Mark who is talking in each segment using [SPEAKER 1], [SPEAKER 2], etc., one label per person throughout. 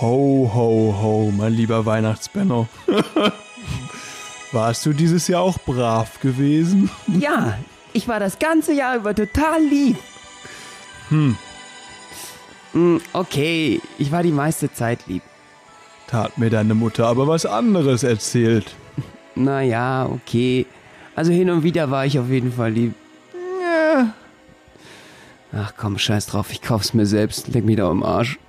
[SPEAKER 1] Ho, ho, ho, mein lieber Weihnachtsbenno. Warst du dieses Jahr auch brav gewesen?
[SPEAKER 2] Ja, ich war das ganze Jahr über total lieb.
[SPEAKER 1] Hm,
[SPEAKER 2] Hm, Okay, ich war die meiste Zeit lieb.
[SPEAKER 1] tat mir deine Mutter aber was anderes erzählt.
[SPEAKER 2] Naja, okay. Also hin und wieder war ich auf jeden Fall lieb. Ach komm, scheiß drauf, ich kauf's mir selbst, leg mich da im Arsch.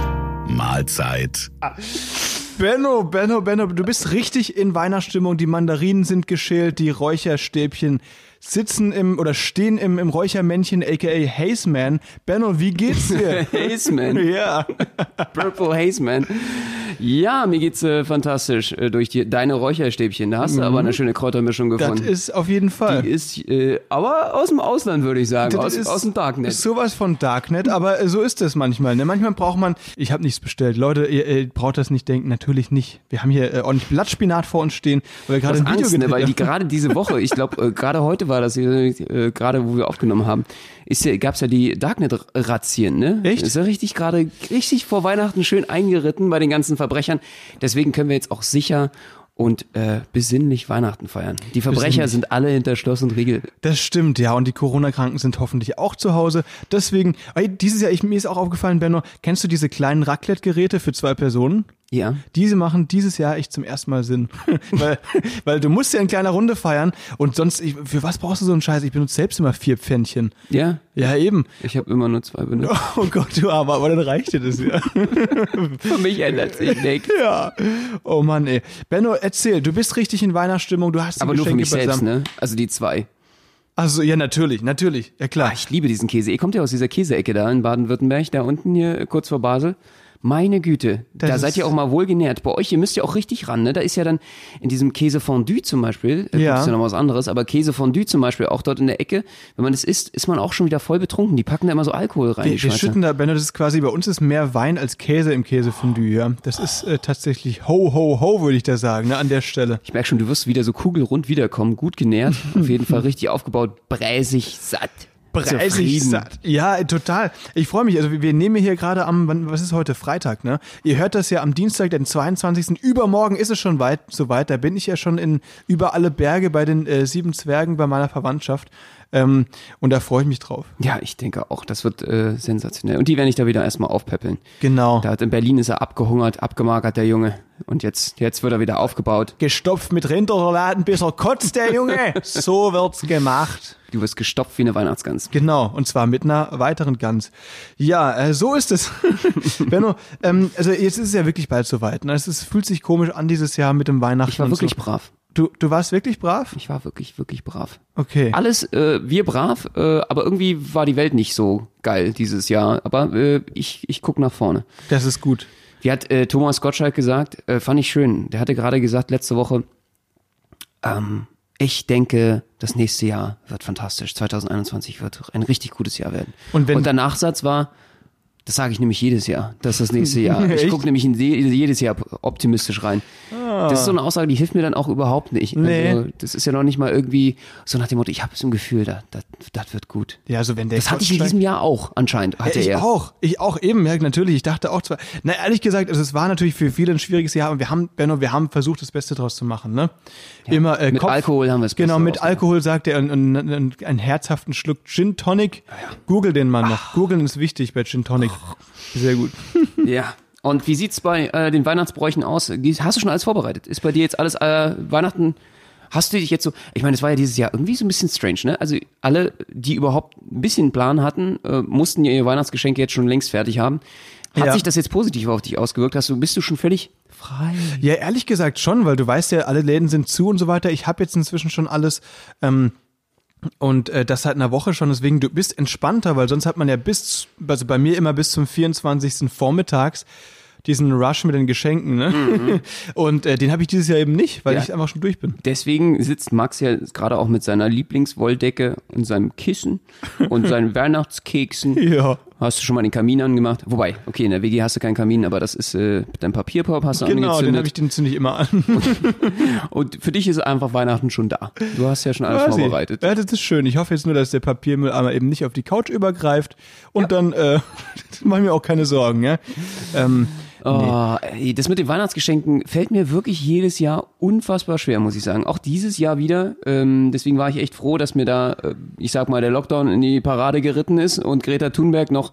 [SPEAKER 3] Mahlzeit.
[SPEAKER 1] Benno, Benno, Benno, du bist richtig in Weihnachtsstimmung. Die Mandarinen sind geschält, die Räucherstäbchen sitzen im oder stehen im, im Räuchermännchen, aka Hazeman. Benno, wie geht's dir?
[SPEAKER 2] Hazeman,
[SPEAKER 1] ja.
[SPEAKER 2] Purple Hazeman. Ja, mir geht's äh, fantastisch äh, durch die, deine Räucherstäbchen. Da hast du aber eine schöne Kräutermischung
[SPEAKER 1] Mhm. Das
[SPEAKER 2] gefunden.
[SPEAKER 1] ist auf jeden Fall.
[SPEAKER 2] Die ist äh, aber aus dem Ausland, würde ich sagen.
[SPEAKER 1] Das
[SPEAKER 2] Aus,
[SPEAKER 1] ist-
[SPEAKER 2] aus dem Darknet.
[SPEAKER 1] Ist sowas von Darknet, aber äh, so ist es manchmal. Ne? Manchmal braucht man, ich habe nichts bestellt. Leute, ihr, ihr braucht das nicht denken, natürlich nicht. Wir haben hier äh, ordentlich Blattspinat vor uns stehen, weil wir gerade
[SPEAKER 2] aus
[SPEAKER 1] ein Video
[SPEAKER 2] Angst, ne,
[SPEAKER 1] gedreht
[SPEAKER 2] weil die
[SPEAKER 1] haben.
[SPEAKER 2] gerade diese Woche, ich glaube, äh, gerade heute war das, äh, gerade wo wir aufgenommen haben, ist ja, gab's ja die Darknet-Razzien, ne?
[SPEAKER 1] Echt?
[SPEAKER 2] Ist ja richtig gerade, richtig vor Weihnachten schön eingeritten bei den ganzen Verbrechern. Deswegen können wir jetzt auch sicher und äh, besinnlich Weihnachten feiern. Die Verbrecher
[SPEAKER 1] Besinnlich.
[SPEAKER 2] sind alle hinter Schloss und Riegel.
[SPEAKER 1] Das stimmt, ja. Und die Corona-Kranken sind hoffentlich auch zu Hause. Deswegen, ey, dieses Jahr, ich, mir ist auch aufgefallen, Benno, kennst du diese kleinen Raclette-Geräte für zwei Personen?
[SPEAKER 2] Ja.
[SPEAKER 1] Diese machen dieses Jahr echt zum ersten Mal Sinn. weil, weil du musst ja in kleiner Runde feiern und sonst, ich, für was brauchst du so einen Scheiß? Ich benutze selbst immer vier Pfännchen.
[SPEAKER 2] Ja,
[SPEAKER 1] Ja, eben.
[SPEAKER 2] ich habe immer nur zwei benutzt.
[SPEAKER 1] Oh Gott, du Armer, aber dann reicht dir das ja.
[SPEAKER 2] Für mich ändert sich nichts.
[SPEAKER 1] ja. Oh Mann, ey. Benno, erzähl, du bist richtig in Weihnachtsstimmung, du hast die
[SPEAKER 2] Aber nur für
[SPEAKER 1] Geschenke
[SPEAKER 2] mich selbst,
[SPEAKER 1] beisammen.
[SPEAKER 2] ne? Also die zwei.
[SPEAKER 1] Also ja, natürlich, natürlich. Ja klar.
[SPEAKER 2] Ich liebe diesen Käse. Ihr kommt ja aus dieser Käseecke da in Baden-Württemberg, da unten hier äh, kurz vor Basel. Meine Güte,
[SPEAKER 1] Das
[SPEAKER 2] da
[SPEAKER 1] ist-
[SPEAKER 2] seid ihr auch mal wohlgenährt. Bei euch, ihr müsst ja auch richtig ran, ne? Da ist ja dann in diesem Käsefondue zum Beispiel, äh,
[SPEAKER 1] Ja.
[SPEAKER 2] gut, ist ja noch was anderes, aber Käsefondue zum Beispiel, auch dort in der Ecke, wenn man das isst, ist man auch schon wieder voll betrunken. Die packen da immer so Alkohol rein,
[SPEAKER 1] wir,
[SPEAKER 2] die
[SPEAKER 1] wir
[SPEAKER 2] Schweizer.
[SPEAKER 1] schütten da, Benno, das ist quasi, bei uns ist mehr Wein als Käse im Käsefondue, ja. Das ist äh, tatsächlich ho, ho, ho, würde ich da sagen, ne, an der Stelle.
[SPEAKER 2] Ich merke schon, du wirst wieder so kugelrund wiederkommen, gut genährt, auf jeden Fall richtig aufgebaut, bräsig, satt.
[SPEAKER 1] Preisig
[SPEAKER 2] zufrieden.
[SPEAKER 1] satt. Ja, äh, total. Ich freue mich. Also wir- wir nehmen hier gerade am, wann- was ist heute? Freitag, ne? Ihr hört das ja am Dienstag, den 22. Übermorgen ist es schon weit, soweit. Da bin ich ja schon in über alle Berge bei den äh, sieben Zwergen bei meiner Verwandtschaft. Ähm, und da freue ich mich drauf.
[SPEAKER 2] Ja, ich denke auch, das wird äh, sensationell. Und die werde ich da wieder erstmal aufpäppeln.
[SPEAKER 1] Genau.
[SPEAKER 2] Da hat in Berlin ist er abgehungert, abgemagert, der Junge. Und jetzt, jetzt wird er wieder aufgebaut.
[SPEAKER 1] Gestopft mit Rinderladen, bis er kotzt, der Junge. so wird's gemacht.
[SPEAKER 2] Du wirst gestopft wie eine Weihnachtsgans.
[SPEAKER 1] Genau, und zwar mit einer weiteren Gans. Ja, äh, so ist es. Benno, ähm, also jetzt ist es ja wirklich bald soweit. Ne? Es ist, fühlt sich komisch an dieses Jahr mit dem Weihnachten.
[SPEAKER 2] Ich war
[SPEAKER 1] und
[SPEAKER 2] wirklich
[SPEAKER 1] so.
[SPEAKER 2] brav.
[SPEAKER 1] Du, du warst wirklich brav?
[SPEAKER 2] Ich war wirklich, wirklich brav.
[SPEAKER 1] Okay.
[SPEAKER 2] Alles, äh, wir brav, äh, aber irgendwie war die Welt nicht so geil dieses Jahr. Aber äh, ich, ich guck nach vorne.
[SPEAKER 1] Das ist gut.
[SPEAKER 2] Wie hat äh, Thomas Gottschalk gesagt, äh, fand ich schön. Der hatte gerade gesagt letzte Woche, ähm, ich denke, das nächste Jahr wird fantastisch. 2021 wird ein richtig gutes Jahr werden.
[SPEAKER 1] Und wenn-
[SPEAKER 2] Und der Nachsatz war, das sage ich nämlich jedes Jahr, das ist das nächste Jahr. Ich
[SPEAKER 1] Echt? Ah.
[SPEAKER 2] gucke nämlich in je- jedes Jahr optimistisch rein. Das ist so eine Aussage, die hilft mir dann auch überhaupt nicht.
[SPEAKER 1] Nee.
[SPEAKER 2] Also, das ist ja noch nicht mal irgendwie so nach dem Motto, ich habe so ein Gefühl, da, das, das wird gut.
[SPEAKER 1] Ja, also wenn der
[SPEAKER 2] Das hatte ich in
[SPEAKER 1] Gottschalk-
[SPEAKER 2] diesem Jahr auch anscheinend. Hatte
[SPEAKER 1] ich
[SPEAKER 2] er.
[SPEAKER 1] auch. Ich auch eben, ja, natürlich. Ich dachte auch zwar. Na, ehrlich gesagt, also es war natürlich für viele ein schwieriges Jahr, aber wir haben, Benno, wir haben versucht, das Beste draus zu machen, ne? Immer äh,
[SPEAKER 2] mit
[SPEAKER 1] Kopf,
[SPEAKER 2] Alkohol haben wir es
[SPEAKER 1] Genau,
[SPEAKER 2] Beste
[SPEAKER 1] mit
[SPEAKER 2] draus gemacht.
[SPEAKER 1] Alkohol sagt er und, und, und einen herzhaften Schluck Gin Tonic. Google den mal noch. Googeln ist wichtig bei Gin Tonic. Sehr gut.
[SPEAKER 2] Ja. Und wie sieht's bei äh, den Weihnachtsbräuchen aus? Hast du schon alles vorbereitet? Ist bei dir jetzt alles äh, Weihnachten? Hast du dich jetzt so? Ich meine, es war ja dieses Jahr irgendwie so ein bisschen strange, ne? Also alle, die überhaupt ein bisschen Plan hatten, äh, mussten ja ihr Weihnachtsgeschenke jetzt schon längst fertig haben. Hat
[SPEAKER 1] Ja.
[SPEAKER 2] sich das jetzt positiv auf dich ausgewirkt? Hast du bist du schon völlig frei?
[SPEAKER 1] Ja, ehrlich gesagt schon, weil du weißt ja, alle Läden sind zu und so weiter. Ich habe jetzt inzwischen schon alles. Ähm, und äh, das seit einer Woche schon, deswegen du bist entspannter, weil sonst hat man ja bis, also bei mir immer bis zum 24. vormittags diesen Rush mit den Geschenken. Ne? Und äh, den habe ich dieses Jahr eben nicht, weil
[SPEAKER 2] Ja.
[SPEAKER 1] ich einfach schon durch bin.
[SPEAKER 2] Deswegen sitzt Max ja gerade auch mit seiner Lieblingswolldecke und seinem Kissen und seinen Weihnachtskeksen.
[SPEAKER 1] Ja.
[SPEAKER 2] Hast du schon mal den Kamin angemacht? Wobei, okay, in der WG hast du keinen Kamin, aber das ist äh, dein Papierpop hast du
[SPEAKER 1] Genau, den habe ich
[SPEAKER 2] angezündet.
[SPEAKER 1] den ziemlich immer an.
[SPEAKER 2] und für dich ist einfach Weihnachten schon da. Du hast ja schon alles
[SPEAKER 1] Weiß ich.
[SPEAKER 2] vorbereitet.
[SPEAKER 1] Ja, das ist schön. Ich hoffe jetzt nur, dass der Papiermüll einmal eben nicht auf die Couch übergreift und dann äh, mache ich mir auch keine Sorgen. Ja? Ähm,
[SPEAKER 2] Oh, ey, das mit den Weihnachtsgeschenken fällt mir wirklich jedes Jahr unfassbar schwer, muss ich sagen. Auch dieses Jahr wieder. Ähm, deswegen war ich echt froh, dass mir da, äh, ich sag mal, der Lockdown in die Parade geritten ist und Greta Thunberg noch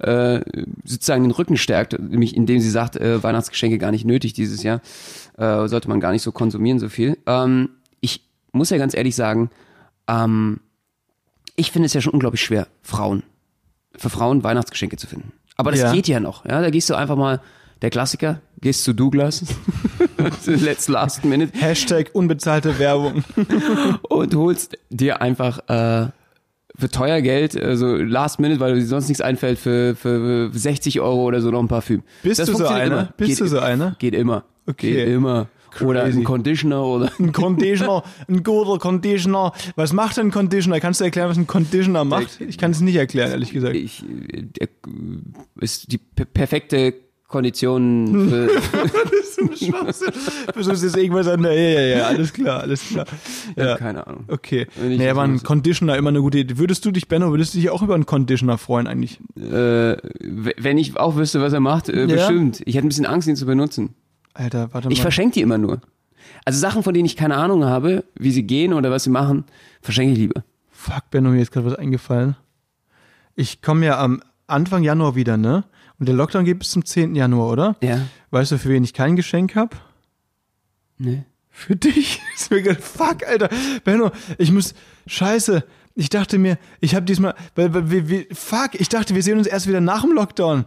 [SPEAKER 2] äh, sozusagen den Rücken stärkt, nämlich indem sie sagt, äh, Weihnachtsgeschenke gar nicht nötig dieses Jahr. Äh, sollte man gar nicht so konsumieren, so viel. Ähm, ich muss ja ganz ehrlich sagen, ähm, ich finde es ja schon unglaublich schwer, Frauen, für Frauen Weihnachtsgeschenke zu finden. Aber das
[SPEAKER 1] Ja.
[SPEAKER 2] geht ja noch. Ja, da gehst du einfach mal, der Klassiker, gehst zu Douglas, let's last minute,
[SPEAKER 1] Hashtag unbezahlte Werbung.
[SPEAKER 2] und holst dir einfach äh, für teuer Geld, also last minute, weil dir sonst nichts einfällt, für, für 60 Euro oder so noch ein Parfüm.
[SPEAKER 1] Bist
[SPEAKER 2] Das
[SPEAKER 1] du so
[SPEAKER 2] funktioniert
[SPEAKER 1] einer?
[SPEAKER 2] Immer.
[SPEAKER 1] Bist
[SPEAKER 2] geht,
[SPEAKER 1] du so einer?
[SPEAKER 2] Geht immer.
[SPEAKER 1] Okay.
[SPEAKER 2] Geht immer. Oder
[SPEAKER 1] Crazy.
[SPEAKER 2] ein Conditioner oder
[SPEAKER 1] Ein Conditioner, ein guter Conditioner. Was macht denn ein Conditioner? Kannst du erklären, was ein Conditioner macht? Ich kann es nicht erklären, ehrlich gesagt.
[SPEAKER 2] ich, äh, der, äh, ist die per- perfekte Kondition für,
[SPEAKER 1] Wieso ist jetzt irgendwas an der... Ja, ja, ja, alles klar, alles klar. Ja.
[SPEAKER 2] keine Ahnung.
[SPEAKER 1] Okay.
[SPEAKER 2] ich
[SPEAKER 1] Naja,
[SPEAKER 2] das
[SPEAKER 1] aber ein
[SPEAKER 2] muss-
[SPEAKER 1] Conditioner immer eine gute Idee. Würdest du dich, Benno, würdest du dich auch über einen Conditioner freuen eigentlich?
[SPEAKER 2] Äh, w- wenn ich auch wüsste, was er macht, äh,
[SPEAKER 1] Ja.
[SPEAKER 2] bestimmt. Ich hätte ein bisschen Angst, ihn zu benutzen.
[SPEAKER 1] Alter, warte mal.
[SPEAKER 2] Ich verschenke die immer nur. Also Sachen, von denen ich keine Ahnung habe, wie sie gehen oder was sie machen, verschenke ich lieber.
[SPEAKER 1] Fuck, Benno, mir ist gerade was eingefallen. Ich komme ja am Anfang Januar wieder, ne? Und der Lockdown geht bis zum 10. Januar, oder?
[SPEAKER 2] Ja.
[SPEAKER 1] Weißt du, für wen ich kein Geschenk habe?
[SPEAKER 2] Ne?
[SPEAKER 1] Für dich? Ist mir gerade, fuck, Alter. Benno, ich muss, scheiße. Ich dachte mir, ich habe diesmal, weil- weil- wir- wir- fuck, ich dachte, wir sehen uns erst wieder nach dem Lockdown.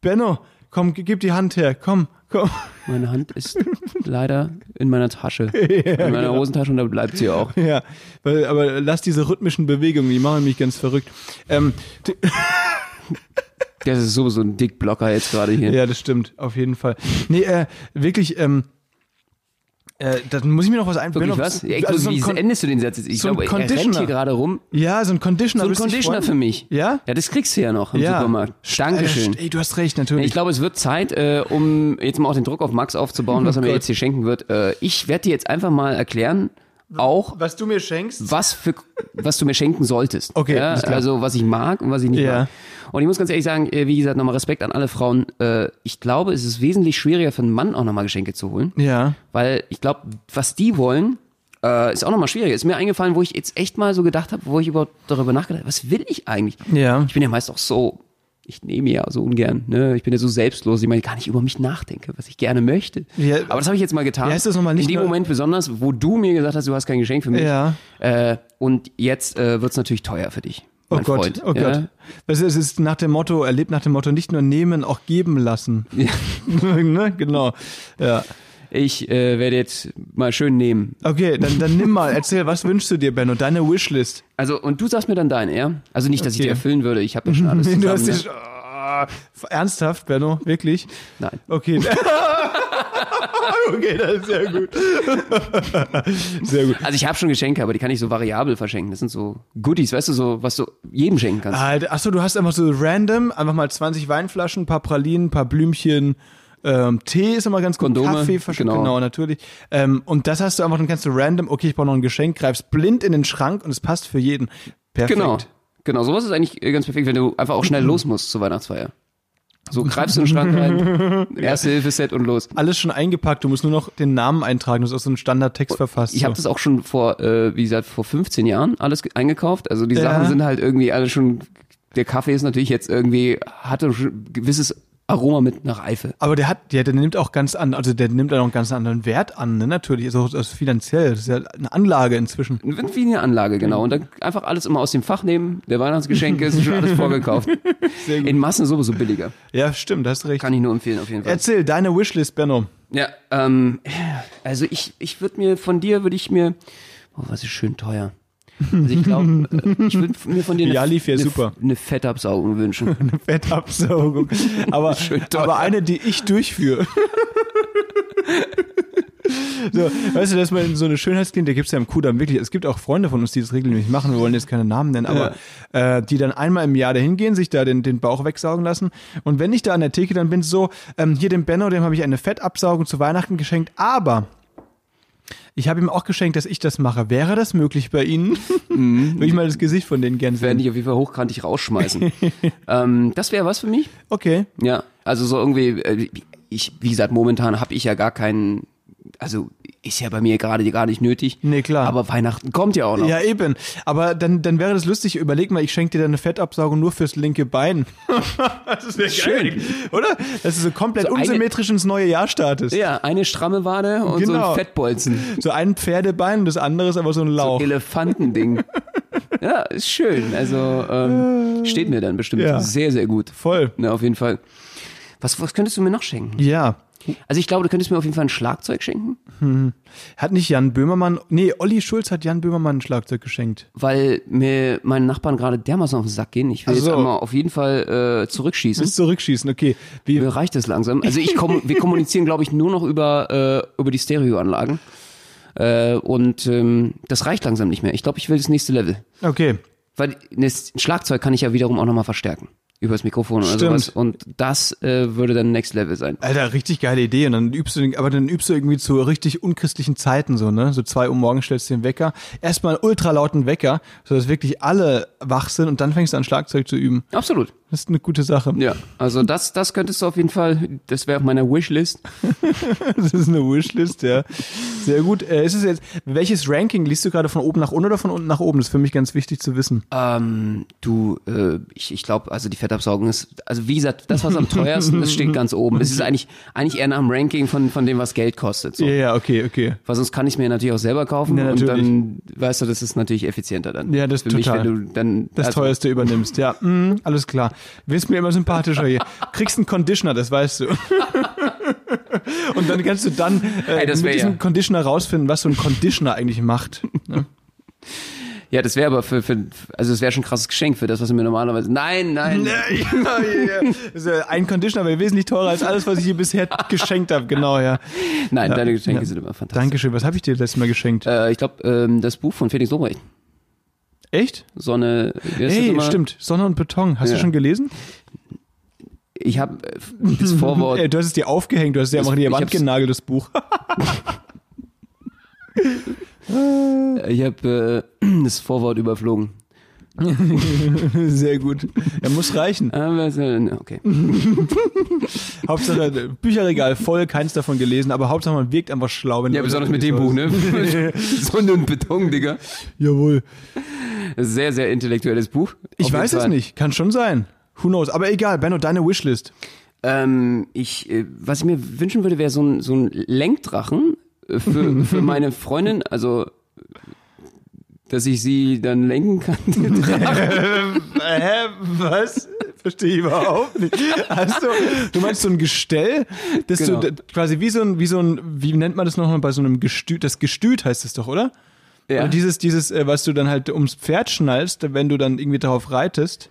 [SPEAKER 1] Benno, komm, gib die Hand her, komm, komm.
[SPEAKER 2] Meine Hand ist leider in meiner Tasche. in meiner
[SPEAKER 1] genau.
[SPEAKER 2] Hosentasche und da bleibt sie auch.
[SPEAKER 1] Ja, weil, aber lass diese rhythmischen Bewegungen, die machen mich ganz verrückt. Ähm, die,
[SPEAKER 2] Das ist sowieso ein Dickblocker jetzt gerade hier.
[SPEAKER 1] Ja, das stimmt, auf jeden Fall. Nee, äh, wirklich, ähm, äh, dann muss ich mir noch was einfallen.
[SPEAKER 2] Wirklich was? Ja, ich,
[SPEAKER 1] also so ein
[SPEAKER 2] wie
[SPEAKER 1] Kon
[SPEAKER 2] endest du den Satz jetzt? Ich
[SPEAKER 1] so ein
[SPEAKER 2] glaube, er rennt
[SPEAKER 1] Conditioner.
[SPEAKER 2] hier gerade rum.
[SPEAKER 1] ja, so ein Conditioner.
[SPEAKER 2] So ein
[SPEAKER 1] würdest du dich
[SPEAKER 2] Conditioner für
[SPEAKER 1] freuen?
[SPEAKER 2] mich.
[SPEAKER 1] Ja?
[SPEAKER 2] Ja, das kriegst du ja noch im
[SPEAKER 1] Ja.
[SPEAKER 2] Supermarkt. Dankeschön.
[SPEAKER 1] Äh, ey, du hast recht, natürlich.
[SPEAKER 2] Ich glaube, es wird Zeit, äh, um jetzt mal auch den Druck auf Max aufzubauen, was er mir
[SPEAKER 1] Oh Gott.
[SPEAKER 2] jetzt hier schenken wird. Äh, ich werde dir jetzt einfach mal erklären, auch
[SPEAKER 1] was du mir schenkst.
[SPEAKER 2] was für was du mir schenken solltest.
[SPEAKER 1] Okay,
[SPEAKER 2] ja,
[SPEAKER 1] alles klar.
[SPEAKER 2] also was ich mag und was ich nicht
[SPEAKER 1] Ja.
[SPEAKER 2] mag. Und ich muss ganz ehrlich sagen, äh, wie gesagt, nochmal Respekt an alle Frauen. Äh, ich glaube, es ist wesentlich schwieriger für einen Mann auch nochmal Geschenke zu holen,
[SPEAKER 1] Ja.
[SPEAKER 2] weil ich glaube, was die wollen, äh, ist auch nochmal schwieriger. Ist mir eingefallen, wo ich jetzt echt mal so gedacht habe, wo ich überhaupt darüber nachgedacht habe, was will ich eigentlich?
[SPEAKER 1] Ja.
[SPEAKER 2] Ich bin ja meist auch so, ich nehme ja so ungern, ne? Ich bin ja so selbstlos, ich meine, gar nicht über mich nachdenke, was ich gerne möchte.
[SPEAKER 1] Ja.
[SPEAKER 2] Aber das habe ich jetzt mal getan.
[SPEAKER 1] Wie heißt das nochmal? Nicht
[SPEAKER 2] In dem
[SPEAKER 1] nur-
[SPEAKER 2] Moment besonders, wo du mir gesagt hast, du hast kein Geschenk für mich.
[SPEAKER 1] Ja.
[SPEAKER 2] Äh, und jetzt äh, wird es natürlich teuer für dich.
[SPEAKER 1] Oh
[SPEAKER 2] Mein
[SPEAKER 1] Gott,
[SPEAKER 2] Freund.
[SPEAKER 1] oh
[SPEAKER 2] ja?
[SPEAKER 1] Gott. Was ist, es ist nach dem Motto, er lebt nach dem Motto, nicht nur nehmen, auch geben lassen.
[SPEAKER 2] Ja.
[SPEAKER 1] ne? Genau. Ja.
[SPEAKER 2] Ich äh, werde jetzt mal schön nehmen.
[SPEAKER 1] Okay, dann, dann nimm mal, erzähl, was wünschst du dir, Benno? Deine Wishlist.
[SPEAKER 2] Also, und du sagst mir dann deine, ja? Also nicht, dass ich
[SPEAKER 1] Okay.
[SPEAKER 2] die erfüllen würde, ich habe ja schon alles zusammen.
[SPEAKER 1] Du hast
[SPEAKER 2] ne?
[SPEAKER 1] dich, Ah, ernsthaft, Benno, wirklich?
[SPEAKER 2] Nein.
[SPEAKER 1] Okay. okay, das ist sehr gut. sehr gut.
[SPEAKER 2] Also ich habe schon Geschenke, aber die kann ich so variabel verschenken. Das sind so Goodies, weißt du, so was du jedem schenken kannst.
[SPEAKER 1] Alter, achso, du hast einfach Halt, so random, einfach mal 20 Weinflaschen, ein paar Pralinen, ein paar Blümchen, ähm, Tee ist immer ganz gut,
[SPEAKER 2] Kondome,
[SPEAKER 1] Kaffee, versch-
[SPEAKER 2] genau.
[SPEAKER 1] genau, natürlich. Ähm, und das hast du einfach, dann kannst du random, okay, ich brauche noch ein Geschenk, greifst blind in den Schrank und es passt für jeden. Perfekt.
[SPEAKER 2] Genau. Genau, sowas ist eigentlich äh, ganz perfekt, wenn du einfach auch schnell los musst zur Weihnachtsfeier. So greifst du in den Schrank rein, Erste-Hilfe-Set und los.
[SPEAKER 1] Alles schon eingepackt, du musst nur noch den Namen eintragen, das ist auch so ein Standardtext verfasst.
[SPEAKER 2] Oh, Ich habe
[SPEAKER 1] so.
[SPEAKER 2] das auch schon vor, äh, wie gesagt, vor 15 Jahren alles ge- eingekauft. Also die
[SPEAKER 1] Ja.
[SPEAKER 2] Sachen sind halt irgendwie alle schon, der Kaffee ist natürlich jetzt irgendwie, hatte schon ein gewisses Aroma mit nach Eife.
[SPEAKER 1] Aber der hat, der, der nimmt auch ganz an, also der nimmt dann auch einen ganz anderen Wert an, ne? Natürlich, also, also finanziell, das ist ja eine Anlage inzwischen.
[SPEAKER 2] Wie eine Anlage, genau. Und dann einfach alles immer aus dem Fach nehmen, der Weihnachtsgeschenke ist schon alles vorgekauft.
[SPEAKER 1] gut.
[SPEAKER 2] In Massen sowieso billiger.
[SPEAKER 1] Ja, stimmt, hast recht.
[SPEAKER 2] Kann ich nur empfehlen, auf jeden Fall.
[SPEAKER 1] Erzähl deine Wishlist, Benno.
[SPEAKER 2] Ja, ähm, also ich, ich würde mir von dir, würde ich mir, oh, was ist schön teuer. Also ich glaube, äh, ich würde mir von dir
[SPEAKER 1] Ja, lief ja
[SPEAKER 2] eine,
[SPEAKER 1] super.
[SPEAKER 2] eine Fettabsaugung wünschen.
[SPEAKER 1] Eine Fettabsaugung. Aber,
[SPEAKER 2] teuer.
[SPEAKER 1] aber eine, die ich durchführe. So, weißt du, dass man so eine Schönheitsklinik, da gibt es ja im Kudamm wirklich, es gibt auch Freunde von uns, die das regelmäßig machen, wir wollen jetzt keine Namen nennen, aber äh, die dann einmal im Jahr dahin gehen, sich da den, den Bauch wegsaugen lassen. Und wenn ich da an der Theke dann bin, so, ähm, hier dem Benno, dem habe ich eine Fettabsaugung zu Weihnachten geschenkt, aber ich habe ihm auch geschenkt, dass ich das mache. Wäre das möglich bei Ihnen? Würde ich mal das Gesicht von denen gern sehen.
[SPEAKER 2] Werden dich auf jeden Fall hochkantig rausschmeißen. ähm, das wäre was für mich.
[SPEAKER 1] Okay.
[SPEAKER 2] Ja, also so irgendwie, äh, ich, wie gesagt, momentan habe ich ja gar keinen, also ist ja bei mir gerade gar nicht nötig.
[SPEAKER 1] Nee, klar.
[SPEAKER 2] Aber Weihnachten kommt ja auch noch.
[SPEAKER 1] Ja, eben. Aber dann, dann wäre das lustig. Überleg mal, ich schenke dir dann eine Fettabsaugung nur fürs linke Bein. das wäre
[SPEAKER 2] Schön.
[SPEAKER 1] Oder? Dass du so komplett
[SPEAKER 2] So eine-
[SPEAKER 1] unsymmetrisch ins neue Jahr startest.
[SPEAKER 2] Ja, eine stramme Wade und so
[SPEAKER 1] Genau.
[SPEAKER 2] ein Fettbolzen.
[SPEAKER 1] So ein Pferdebein und das andere ist aber so ein Lauch.
[SPEAKER 2] Elefantending. ja, ist schön. Also ähm, steht mir dann bestimmt
[SPEAKER 1] Ja.
[SPEAKER 2] sehr, sehr gut.
[SPEAKER 1] Voll.
[SPEAKER 2] Na, auf jeden Fall. Was, was könntest du mir noch schenken?
[SPEAKER 1] Ja.
[SPEAKER 2] Also ich glaube, du könntest mir auf jeden Fall ein Schlagzeug schenken,
[SPEAKER 1] Hat nicht Jan Böhmermann, nee, Olli Schulz hat Jan Böhmermann ein Schlagzeug geschenkt.
[SPEAKER 2] weil mir meine Nachbarn gerade dermaßen auf den Sack gehen. Ich will
[SPEAKER 1] Ach so.
[SPEAKER 2] jetzt einmal auf jeden Fall äh, zurückschießen.
[SPEAKER 1] Bis zurückschießen, okay. Wie,
[SPEAKER 2] Mir reicht das langsam. Also ich komm, wir kommunizieren, glaube ich, nur noch über, äh, über die Stereoanlagen. Äh, und ähm, das reicht langsam nicht mehr. Ich glaube, ich will das nächste Level.
[SPEAKER 1] okay.
[SPEAKER 2] Weil ne, ein Schlagzeug kann ich ja wiederum auch nochmal verstärken. Übers Mikrofon oder
[SPEAKER 1] Stimmt.
[SPEAKER 2] sowas. Und das äh, würde dann Next Level sein.
[SPEAKER 1] Alter, richtig geile Idee. Und dann übst du, den- aber dann übst du irgendwie zu richtig unchristlichen Zeiten so, ne? So zwei Uhr morgens stellst du den Wecker. Erstmal einen ultralauten Wecker, sodass wirklich alle wach sind und dann fängst du an, Schlagzeug zu üben.
[SPEAKER 2] Absolut.
[SPEAKER 1] Das ist eine gute Sache.
[SPEAKER 2] Ja. Also das, das könntest du auf jeden Fall, das wäre auf meiner Wishlist.
[SPEAKER 1] Das ist eine Wishlist, ja. Sehr gut. Äh, ist es jetzt, welches Ranking liest du gerade von oben nach unten oder von unten nach oben? Das ist für mich ganz wichtig zu wissen.
[SPEAKER 2] Ähm, du, äh, ich, ich glaube, also die Fettabsaugung ist, also wie gesagt, das, was am teuersten ist, steht ganz oben. Es ist eigentlich, eigentlich eher nach dem Ranking von, von dem, was Geld kostet. So.
[SPEAKER 1] Ja, ja, okay, okay.
[SPEAKER 2] Weil sonst kann ich mir natürlich auch selber kaufen
[SPEAKER 1] Ja,
[SPEAKER 2] und
[SPEAKER 1] natürlich.
[SPEAKER 2] dann weißt du, das ist natürlich effizienter dann.
[SPEAKER 1] Ja, das
[SPEAKER 2] Für
[SPEAKER 1] total.
[SPEAKER 2] mich, wenn du dann
[SPEAKER 1] Das
[SPEAKER 2] also,
[SPEAKER 1] teuerste übernimmst, ja. Mm, alles klar. Wirst mir immer sympathischer hier. Kriegst einen Conditioner, das weißt du. Und dann kannst du dann äh,
[SPEAKER 2] Ey, das
[SPEAKER 1] mit
[SPEAKER 2] wär
[SPEAKER 1] diesem
[SPEAKER 2] ja.
[SPEAKER 1] Conditioner rausfinden, was so ein Conditioner eigentlich macht. Ne?
[SPEAKER 2] Ja, das wäre aber für, für also das wäre schon ein krasses Geschenk für das, was ich mir normalerweise. Nein, nein.
[SPEAKER 1] ja, ja, ja. Das ist, äh, Ein Conditioner wäre wesentlich teurer als alles, was ich hier bisher geschenkt habe. Genau, ja.
[SPEAKER 2] Nein, deine Geschenke
[SPEAKER 1] Ja.
[SPEAKER 2] sind immer fantastisch.
[SPEAKER 1] Dankeschön. Was habe ich dir letztes Mal geschenkt?
[SPEAKER 2] Äh, ich glaube, ähm, das Buch von Felix Lobrecht,
[SPEAKER 1] Echt?
[SPEAKER 2] Sonne. wie heißt das
[SPEAKER 1] Hey,
[SPEAKER 2] immer?
[SPEAKER 1] stimmt. Sonne und Beton. Hast du
[SPEAKER 2] Ja.
[SPEAKER 1] schon gelesen?
[SPEAKER 2] Ich habe das Vorwort.
[SPEAKER 1] Ey, Äh, du hast es dir aufgehängt. Du hast es dir
[SPEAKER 2] Das-
[SPEAKER 1] einfach in die
[SPEAKER 2] ich
[SPEAKER 1] Wand
[SPEAKER 2] hab's-
[SPEAKER 1] genagelt, das Buch.
[SPEAKER 2] ich habe äh, das Vorwort überflogen.
[SPEAKER 1] Sehr gut. Er muss reichen.
[SPEAKER 2] Äh, was, äh, Okay.
[SPEAKER 1] Mhm. Hauptsache äh, Bücherregal voll, keins davon gelesen, aber Hauptsache man wirkt einfach schlau. Wenn
[SPEAKER 2] Ja,
[SPEAKER 1] du-
[SPEAKER 2] besonders mit dem Buch, ne? Sonne und Beton, Digga.
[SPEAKER 1] Jawohl.
[SPEAKER 2] Sehr, sehr intellektuelles Buch.
[SPEAKER 1] Ich
[SPEAKER 2] Auf jeden
[SPEAKER 1] weiß es
[SPEAKER 2] Fall.
[SPEAKER 1] nicht, kann schon sein. Who knows? Aber egal, Benno, deine Wishlist.
[SPEAKER 2] Ähm, ich, äh, was ich mir wünschen würde, wäre so ein, so ein Lenkdrachen äh, für, für meine Freundin, also dass ich sie dann lenken kann. den Drachen.
[SPEAKER 1] Hä, was? Verstehe ich überhaupt nicht. Also, du meinst so ein Gestell, das
[SPEAKER 2] Genau.
[SPEAKER 1] du d- quasi wie so ein, wie so ein, wie nennt man das nochmal bei so einem Gestüt, das Gestüt heißt es doch, oder?
[SPEAKER 2] ja.
[SPEAKER 1] Und dieses, dieses, äh, was du dann halt ums Pferd schnallst, wenn du dann irgendwie darauf reitest.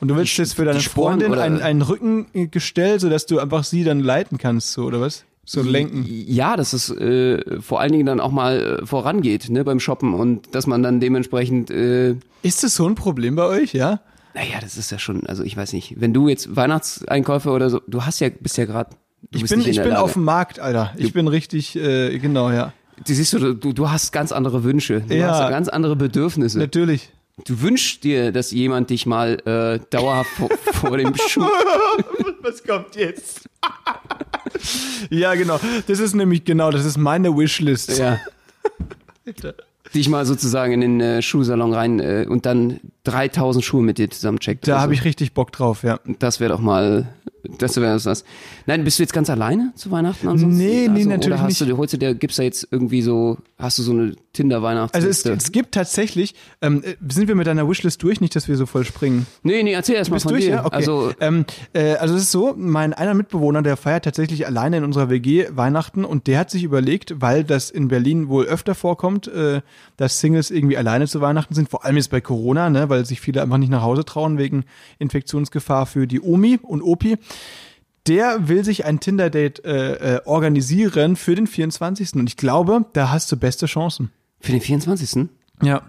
[SPEAKER 1] Und du willst jetzt für deine
[SPEAKER 2] die Sporen
[SPEAKER 1] Freundin
[SPEAKER 2] oder-
[SPEAKER 1] ein, ein Rückengestell, sodass du einfach sie dann leiten kannst, so, oder was? So lenken.
[SPEAKER 2] ja, dass es äh, vor allen Dingen dann auch mal äh, vorangeht ne, beim Shoppen und dass man dann dementsprechend, äh,
[SPEAKER 1] Ist das so ein Problem bei euch, ja?
[SPEAKER 2] naja, das ist ja schon, also ich weiß nicht, wenn du jetzt Weihnachtseinkäufe oder so, du hast ja, bist ja gerade,
[SPEAKER 1] Ich bin, ich bin auf dem Markt, Alter. Ich bin richtig, äh, genau, ja.
[SPEAKER 2] Du siehst, du, du du hast ganz andere Wünsche, du
[SPEAKER 1] Ja.
[SPEAKER 2] hast ganz andere Bedürfnisse.
[SPEAKER 1] Natürlich.
[SPEAKER 2] Du wünschst dir, dass jemand dich mal äh, dauerhaft vor, vor dem Schuh.
[SPEAKER 1] Was kommt jetzt? ja, genau. Das ist nämlich, genau, das ist meine Wishlist.
[SPEAKER 2] Ja. Dich mal sozusagen in den äh, Schuhsalon rein äh, und dann 3000 Schuhe mit dir zusammen checkt.
[SPEAKER 1] Da
[SPEAKER 2] Also,
[SPEAKER 1] habe ich richtig Bock drauf, ja.
[SPEAKER 2] Das wäre doch mal Das wäre das, das. Nein, bist du jetzt ganz alleine zu Weihnachten ansonsten? Also,
[SPEAKER 1] Nee, nee, natürlich
[SPEAKER 2] oder hast
[SPEAKER 1] nicht.
[SPEAKER 2] Du, holst du dir, gibst da jetzt irgendwie so, hast du so eine
[SPEAKER 1] Also es,
[SPEAKER 2] Tinder-Weihnachtsliste?
[SPEAKER 1] es gibt tatsächlich, ähm, äh, sind wir mit deiner Wishlist durch, nicht, dass wir so voll springen.
[SPEAKER 2] nee, nee, erzähl erst mal
[SPEAKER 1] Bist
[SPEAKER 2] von
[SPEAKER 1] durch,
[SPEAKER 2] dir.
[SPEAKER 1] ja? Okay.
[SPEAKER 2] Also,
[SPEAKER 1] ähm, äh, also es ist so, mein einer Mitbewohner, der feiert tatsächlich alleine in unserer WG Weihnachten und der hat sich überlegt, weil das in Berlin wohl öfter vorkommt, äh, dass Singles irgendwie alleine zu Weihnachten sind, vor allem jetzt bei Corona, ne, weil sich viele einfach nicht nach Hause trauen wegen Infektionsgefahr für die Omi und Opi. Der will sich ein Tinder-Date äh, äh, organisieren für den 24. Und ich glaube, da hast du beste Chancen.
[SPEAKER 2] für den 24.
[SPEAKER 1] Ja.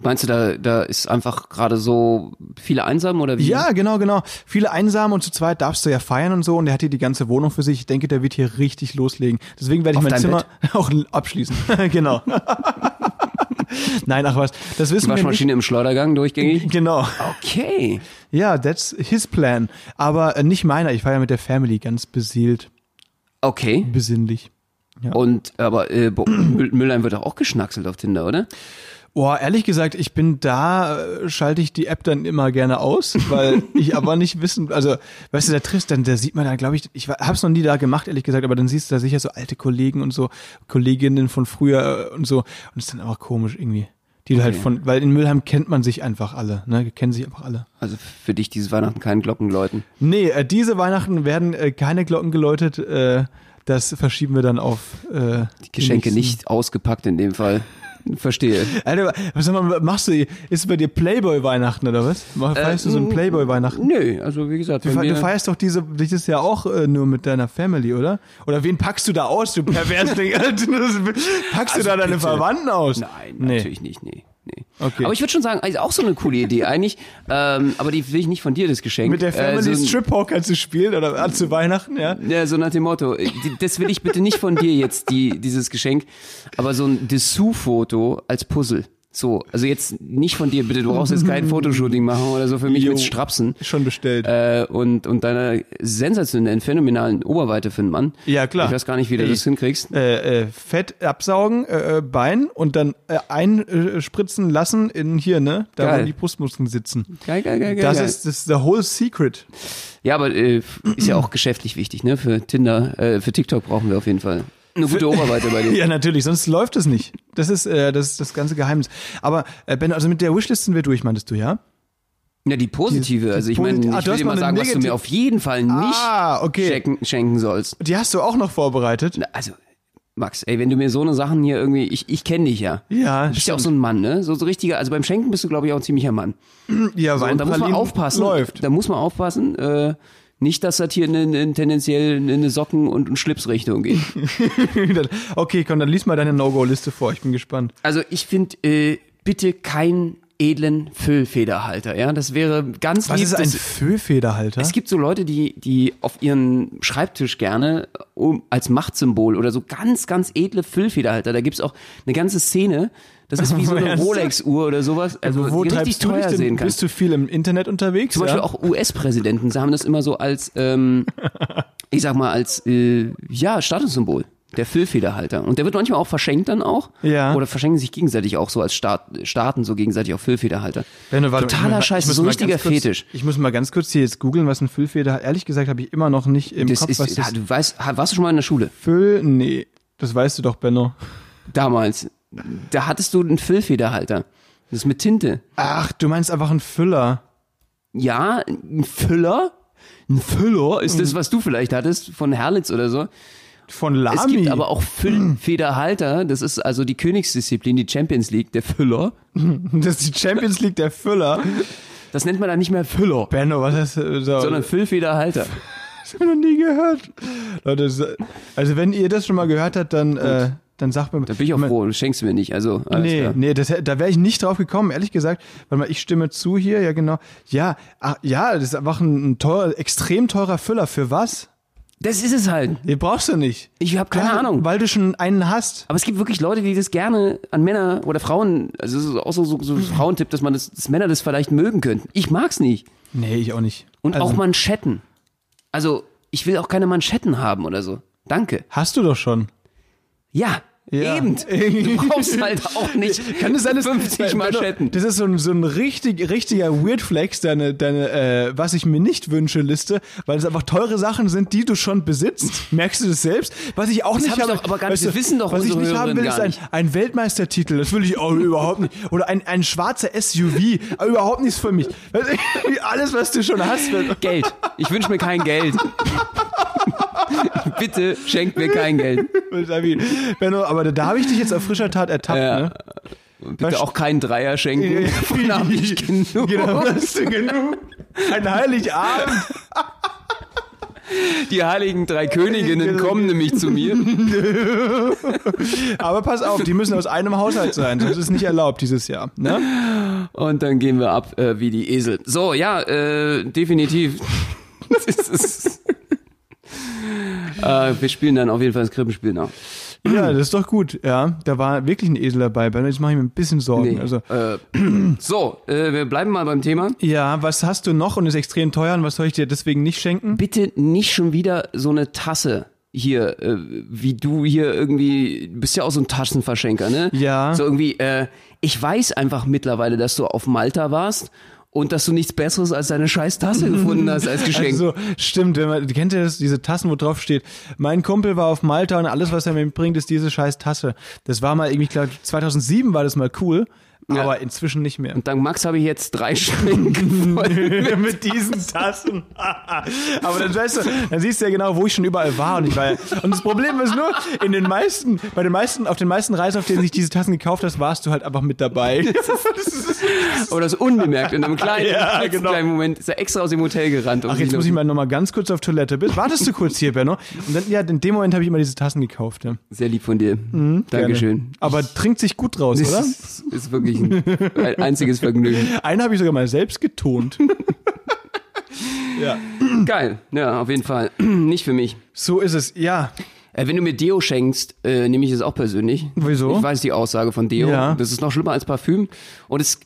[SPEAKER 2] Meinst du, da, da ist einfach gerade so viele einsam oder wie?
[SPEAKER 1] Ja, genau, genau. Viele einsam und zu zweit darfst du ja feiern und so. Und er hat hier die ganze Wohnung für sich. Ich denke, der wird hier richtig loslegen. Deswegen werde ich
[SPEAKER 2] Auf
[SPEAKER 1] mein
[SPEAKER 2] dein
[SPEAKER 1] Zimmer auch abschließen. genau. Nein, ach was. Das wissen wir nicht.
[SPEAKER 2] Waschmaschine im Schleudergang durchgängig?
[SPEAKER 1] Genau.
[SPEAKER 2] Okay.
[SPEAKER 1] Ja, that's his plan. Aber äh, nicht meiner. Ich feiere mit der Family ganz beseelt,
[SPEAKER 2] Okay.
[SPEAKER 1] besinnlich.
[SPEAKER 2] Und aber äh, Bo- Müll- Müllheim wird doch auch geschnackselt auf Tinder, oder?
[SPEAKER 1] Boah, ehrlich gesagt, ich bin da, äh, schalte ich die App dann immer gerne aus, weil ich aber nicht wissen, also, weißt du, da triffst dann, da sieht man dann, glaube ich, ich wa- hab's noch nie da gemacht, ehrlich gesagt, aber dann siehst du da sicher so alte Kollegen und so, Kolleginnen von früher äh, und so, und das ist dann auch komisch irgendwie. Die du halt von, weil in Mülheim kennt man sich einfach alle, ne, kennen sich einfach alle.
[SPEAKER 2] Also für dich dieses Weihnachten keinen Glocken läuten.
[SPEAKER 1] Nee, äh, diese Weihnachten werden äh, keine Glocken geläutet, äh, das verschieben wir dann auf, äh, die
[SPEAKER 2] Geschenke
[SPEAKER 1] nächsten-
[SPEAKER 2] nicht ausgepackt in dem Fall. Verstehe.
[SPEAKER 1] Alter, was sag mal, machst du, ist bei dir Playboy-Weihnachten oder was? Mach-
[SPEAKER 2] Äh,
[SPEAKER 1] Feierst du
[SPEAKER 2] mm,
[SPEAKER 1] so ein Playboy-Weihnachten?
[SPEAKER 2] Nö, also wie gesagt,
[SPEAKER 1] Du,
[SPEAKER 2] wenn
[SPEAKER 1] fe- du
[SPEAKER 2] wir,
[SPEAKER 1] feierst doch diese, dieses Jahr auch äh, nur mit deiner Family, oder? Oder wen packst du da aus, du pervers Ding? Also, packst du da deine
[SPEAKER 2] Also bitte.
[SPEAKER 1] Verwandten aus?
[SPEAKER 2] Nein,
[SPEAKER 1] Nee.
[SPEAKER 2] natürlich nicht, nee. Nee.
[SPEAKER 1] Okay.
[SPEAKER 2] Aber ich würde schon sagen, also auch so eine coole Idee eigentlich. Ähm, aber die will ich nicht von dir, das Geschenk.
[SPEAKER 1] Mit der
[SPEAKER 2] Äh,
[SPEAKER 1] Family
[SPEAKER 2] so ein-
[SPEAKER 1] Strip Poker zu spielen oder äh, zu Weihnachten, ja?
[SPEAKER 2] Ja, so nach dem Motto, äh, die- das will ich bitte nicht von dir jetzt, die, dieses Geschenk, aber so ein Dessous-Foto als Puzzle. So, also jetzt nicht von dir, bitte, du brauchst jetzt kein Fotoshooting machen oder so für mich
[SPEAKER 1] Jo.
[SPEAKER 2] mit Strapsen
[SPEAKER 1] Schon bestellt.
[SPEAKER 2] äh, und, und deiner sensationellen, phänomenalen Oberweite für einen Mann.
[SPEAKER 1] Ja, klar.
[SPEAKER 2] Ich weiß gar nicht, wie du
[SPEAKER 1] Ey.
[SPEAKER 2] das hinkriegst.
[SPEAKER 1] Äh, äh, Fett absaugen, äh, äh, Bein und dann äh, einspritzen lassen in hier, ne? Da
[SPEAKER 2] Geil.
[SPEAKER 1] wo die Brustmuskeln sitzen.
[SPEAKER 2] Geil, geil, geil, geil.
[SPEAKER 1] Das
[SPEAKER 2] geil.
[SPEAKER 1] ist das ist the whole secret.
[SPEAKER 2] ja, aber äh, ist ja auch geschäftlich wichtig, ne? Für Tinder, äh, für TikTok brauchen wir auf jeden Fall eine gute Oberweite bei dir.
[SPEAKER 1] Ja, natürlich, sonst läuft es nicht. Das ist, äh, das, ist das ganze Geheimnis. Aber äh, Ben, also mit der Wishlist sind wir durch, meintest du, ja?
[SPEAKER 2] Ja, die positive. also ich meine,
[SPEAKER 1] posit- Ah,
[SPEAKER 2] ich
[SPEAKER 1] du
[SPEAKER 2] will
[SPEAKER 1] hast mal
[SPEAKER 2] dir mal
[SPEAKER 1] eine
[SPEAKER 2] sagen, was du
[SPEAKER 1] negativ-
[SPEAKER 2] mir auf jeden Fall nicht
[SPEAKER 1] Ah, okay.
[SPEAKER 2] schenken, schenken sollst.
[SPEAKER 1] Die hast du auch noch vorbereitet.
[SPEAKER 2] Na, Also, Max, ey, wenn du mir so eine Sachen hier irgendwie, ich, ich kenne dich ja.
[SPEAKER 1] Ja,
[SPEAKER 2] Du bist ja auch so ein Mann, ne? So, so richtiger, also beim Schenken bist du, glaube ich, auch ein ziemlicher Mann.
[SPEAKER 1] ja,
[SPEAKER 2] So, und da muss man
[SPEAKER 1] Weinpralinen
[SPEAKER 2] aufpassen.
[SPEAKER 1] Läuft.
[SPEAKER 2] Da muss man aufpassen, äh, nicht, dass das hier in, in, in tendenziell in eine Socken- und, und Schlipsrichtung geht.
[SPEAKER 1] okay, komm, dann lies mal deine No-Go-Liste vor. Ich bin gespannt.
[SPEAKER 2] Also ich finde, äh, bitte keinen edlen Füllfederhalter, ja? Das wäre ganz
[SPEAKER 1] Was
[SPEAKER 2] lieb,
[SPEAKER 1] ist ein
[SPEAKER 2] das-
[SPEAKER 1] Föhfederhalter?
[SPEAKER 2] Es gibt so Leute, die, die auf ihren Schreibtisch gerne um, als Machtsymbol oder so ganz, ganz edle Füllfederhalter. Da gibt's auch eine ganze Szene. Das ist wie so eine
[SPEAKER 1] Ernsthaft?
[SPEAKER 2] Rolex-Uhr oder sowas. Also,
[SPEAKER 1] Wo
[SPEAKER 2] die richtig
[SPEAKER 1] treibst du dich
[SPEAKER 2] teuer sehen
[SPEAKER 1] denn?
[SPEAKER 2] kann.
[SPEAKER 1] Bist du viel im Internet unterwegs?
[SPEAKER 2] Zum Beispiel
[SPEAKER 1] ja?
[SPEAKER 2] auch US-Präsidenten sie haben das immer so als, ähm, ich sag mal, als äh, ja, Statussymbol. Der Füllfederhalter. Und der wird manchmal auch verschenkt dann auch.
[SPEAKER 1] Ja.
[SPEAKER 2] Oder verschenken sich gegenseitig auch so als Staat, Staaten so gegenseitig auch Füllfederhalter.
[SPEAKER 1] Benno, warte, ich muss
[SPEAKER 2] Totaler
[SPEAKER 1] mal- ich
[SPEAKER 2] Scheiß,
[SPEAKER 1] muss
[SPEAKER 2] so ein
[SPEAKER 1] mal
[SPEAKER 2] richtiger
[SPEAKER 1] ganz kurz,
[SPEAKER 2] Fetisch.
[SPEAKER 1] Ich muss mal ganz kurz hier jetzt googeln, was ein Füllfederhalter... Ehrlich gesagt habe ich immer noch nicht im
[SPEAKER 2] Das
[SPEAKER 1] Kopf,
[SPEAKER 2] ist, halt
[SPEAKER 1] was
[SPEAKER 2] ja,
[SPEAKER 1] das...
[SPEAKER 2] du weißt, warst du schon mal in der Schule?
[SPEAKER 1] Füll... Nee, das weißt du doch, Benno.
[SPEAKER 2] damals, da hattest du einen Füllfederhalter. Das ist mit Tinte.
[SPEAKER 1] Ach, du meinst einfach einen Füller.
[SPEAKER 2] Ja, ein Füller. Ein Füller
[SPEAKER 1] Hm.
[SPEAKER 2] ist das, was du vielleicht hattest von Herlitz oder so.
[SPEAKER 1] Von Lami.
[SPEAKER 2] Es gibt aber auch
[SPEAKER 1] Hm.
[SPEAKER 2] Füllfederhalter. Das ist also die Königsdisziplin, die Champions League, der Füller.
[SPEAKER 1] das ist die Champions League der Füller.
[SPEAKER 2] Das nennt man dann nicht mehr Füller,
[SPEAKER 1] Benno, was hast du... So,
[SPEAKER 2] sondern Füllfederhalter.
[SPEAKER 1] Das haben wir noch nie gehört. Leute, das ist- also wenn ihr das schon mal gehört habt, dann, äh, dann sagt mir.
[SPEAKER 2] Da bin ich auch froh, das schenkst du mir nicht. Also, alles
[SPEAKER 1] Nee,
[SPEAKER 2] klar.
[SPEAKER 1] nee, das, da wäre ich nicht drauf gekommen, ehrlich gesagt. Warte mal, ich stimme zu hier, ja genau. Ja, ach, ja, das ist einfach ein, ein teurer, extrem teurer Füller. Für was?
[SPEAKER 2] Das ist es halt.
[SPEAKER 1] Den brauchst du nicht.
[SPEAKER 2] Ich habe keine
[SPEAKER 1] Ja,
[SPEAKER 2] Ahnung.
[SPEAKER 1] Weil du schon einen hast.
[SPEAKER 2] Aber es gibt wirklich Leute, die das gerne an Männer oder Frauen, also es ist auch so, so, so ein
[SPEAKER 1] Hm.
[SPEAKER 2] Frauentipp, dass man das, dass Männer das vielleicht mögen könnten. Ich mag's nicht.
[SPEAKER 1] Nee, ich auch nicht.
[SPEAKER 2] Und
[SPEAKER 1] Also,
[SPEAKER 2] auch Manschetten. Also, ich will auch keine Manschetten haben oder so. Danke.
[SPEAKER 1] Hast du doch schon.
[SPEAKER 2] Ja,
[SPEAKER 1] Ja.
[SPEAKER 2] Eben. Du brauchst halt auch nicht
[SPEAKER 1] Kann es sein, dass
[SPEAKER 2] 50 Manschetten.
[SPEAKER 1] Das ist so ein, so ein richtig, richtiger Weird Flex, deine, deine äh, was ich mir nicht wünsche Liste, weil es einfach teure Sachen sind, die du schon besitzt. Merkst du das selbst? Was ich auch nicht
[SPEAKER 2] hab ich
[SPEAKER 1] habe,
[SPEAKER 2] doch aber gar nicht.
[SPEAKER 1] weißt
[SPEAKER 2] Das wissen doch
[SPEAKER 1] was ich
[SPEAKER 2] unsere
[SPEAKER 1] nicht haben
[SPEAKER 2] Hörerinnen
[SPEAKER 1] will, ist
[SPEAKER 2] gar
[SPEAKER 1] ein,
[SPEAKER 2] nicht.
[SPEAKER 1] ein Weltmeistertitel. Das will ich auch überhaupt nicht. Oder ein, ein schwarzer SUV. Aber überhaupt nichts für mich. Weißt du, Alles, was du schon hast, wird-
[SPEAKER 2] Geld. Ich wünsche mir kein Geld. Bitte schenkt mir kein Geld.
[SPEAKER 1] wird irgendwie- Benno, aber da, da habe ich dich jetzt auf frischer Tat ertappt,
[SPEAKER 2] Ja.
[SPEAKER 1] ne?
[SPEAKER 2] Bitte auch keinen Dreier schenken. Davon habe ich genug.
[SPEAKER 1] Genau, hast du genug. Ein Heiligabend.
[SPEAKER 2] Die heiligen drei Königinnen
[SPEAKER 1] Genau.
[SPEAKER 2] kommen nämlich zu mir.
[SPEAKER 1] Aber pass auf, die müssen aus einem Haushalt sein, sonst ist nicht erlaubt dieses Jahr. Ne?
[SPEAKER 2] Und dann gehen wir ab äh, wie die Esel. So, ja, äh, definitiv. Das ist, äh, wir spielen dann auf jeden Fall das Krippenspiel nach.
[SPEAKER 1] Ja, das ist doch gut. Ja, da war wirklich ein Esel dabei. Benno, Jetzt mache ich mir ein bisschen Sorgen.
[SPEAKER 2] Nee,
[SPEAKER 1] Also,
[SPEAKER 2] äh, so, äh, wir bleiben mal beim Thema.
[SPEAKER 1] ja, was hast du noch und ist extrem teuer und was soll ich dir deswegen nicht schenken?
[SPEAKER 2] bitte nicht schon wieder so eine Tasse hier, äh, wie du hier irgendwie, du bist ja auch so ein Tassenverschenker, ne?
[SPEAKER 1] Ja.
[SPEAKER 2] So irgendwie, äh, ich weiß einfach mittlerweile, dass du auf Malta warst und dass du nichts Besseres als deine scheiß Tasse gefunden hast als Geschenk.
[SPEAKER 1] Also, stimmt, wenn man, kennt ihr das, diese Tassen, wo drauf steht, mein Kumpel war auf Malta und alles, was er mir bringt, ist diese scheiß Tasse. Das war mal irgendwie, ich glaube, 2007 war das mal cool, aber inzwischen nicht mehr.
[SPEAKER 2] und dank Max habe ich jetzt drei Schränke voll.
[SPEAKER 1] mit diesen Tassen. Aber dann weißt du, dann siehst du ja genau, wo ich schon überall war und ich war. Ja, und das Problem ist nur, in den meisten, bei den meisten, auf den meisten Reisen, auf denen sich diese Tassen gekauft hast, warst du halt einfach mit dabei.
[SPEAKER 2] Oder so unbemerkt in einem kleinen,
[SPEAKER 1] Ja,
[SPEAKER 2] klitzekleinen
[SPEAKER 1] genau.
[SPEAKER 2] Moment ist er extra aus dem Hotel gerannt. um
[SPEAKER 1] Ach,
[SPEAKER 2] die
[SPEAKER 1] jetzt muss
[SPEAKER 2] Leute-
[SPEAKER 1] ich mal nochmal ganz kurz auf Toilette. Bist- Wartest du kurz hier, Benno? Und dann, ja, in dem Moment habe ich immer diese Tassen gekauft. Ja.
[SPEAKER 2] Sehr lieb von dir. Dankeschön.
[SPEAKER 1] Aber trinkt sich gut draus,
[SPEAKER 2] Das
[SPEAKER 1] Mhm, oder?
[SPEAKER 2] ist, ist wirklich ein, ein einziges Vergnügen.
[SPEAKER 1] Einen habe ich sogar mal selbst getont. ja.
[SPEAKER 2] Geil. Ja, auf jeden Fall. Nicht für mich.
[SPEAKER 1] So ist es, ja.
[SPEAKER 2] Äh, wenn du mir Deo schenkst, äh, nehme ich es auch persönlich.
[SPEAKER 1] Wieso?
[SPEAKER 2] Ich weiß die Aussage von Deo.
[SPEAKER 1] Ja.
[SPEAKER 2] Das ist noch schlimmer als Parfüm. Und es,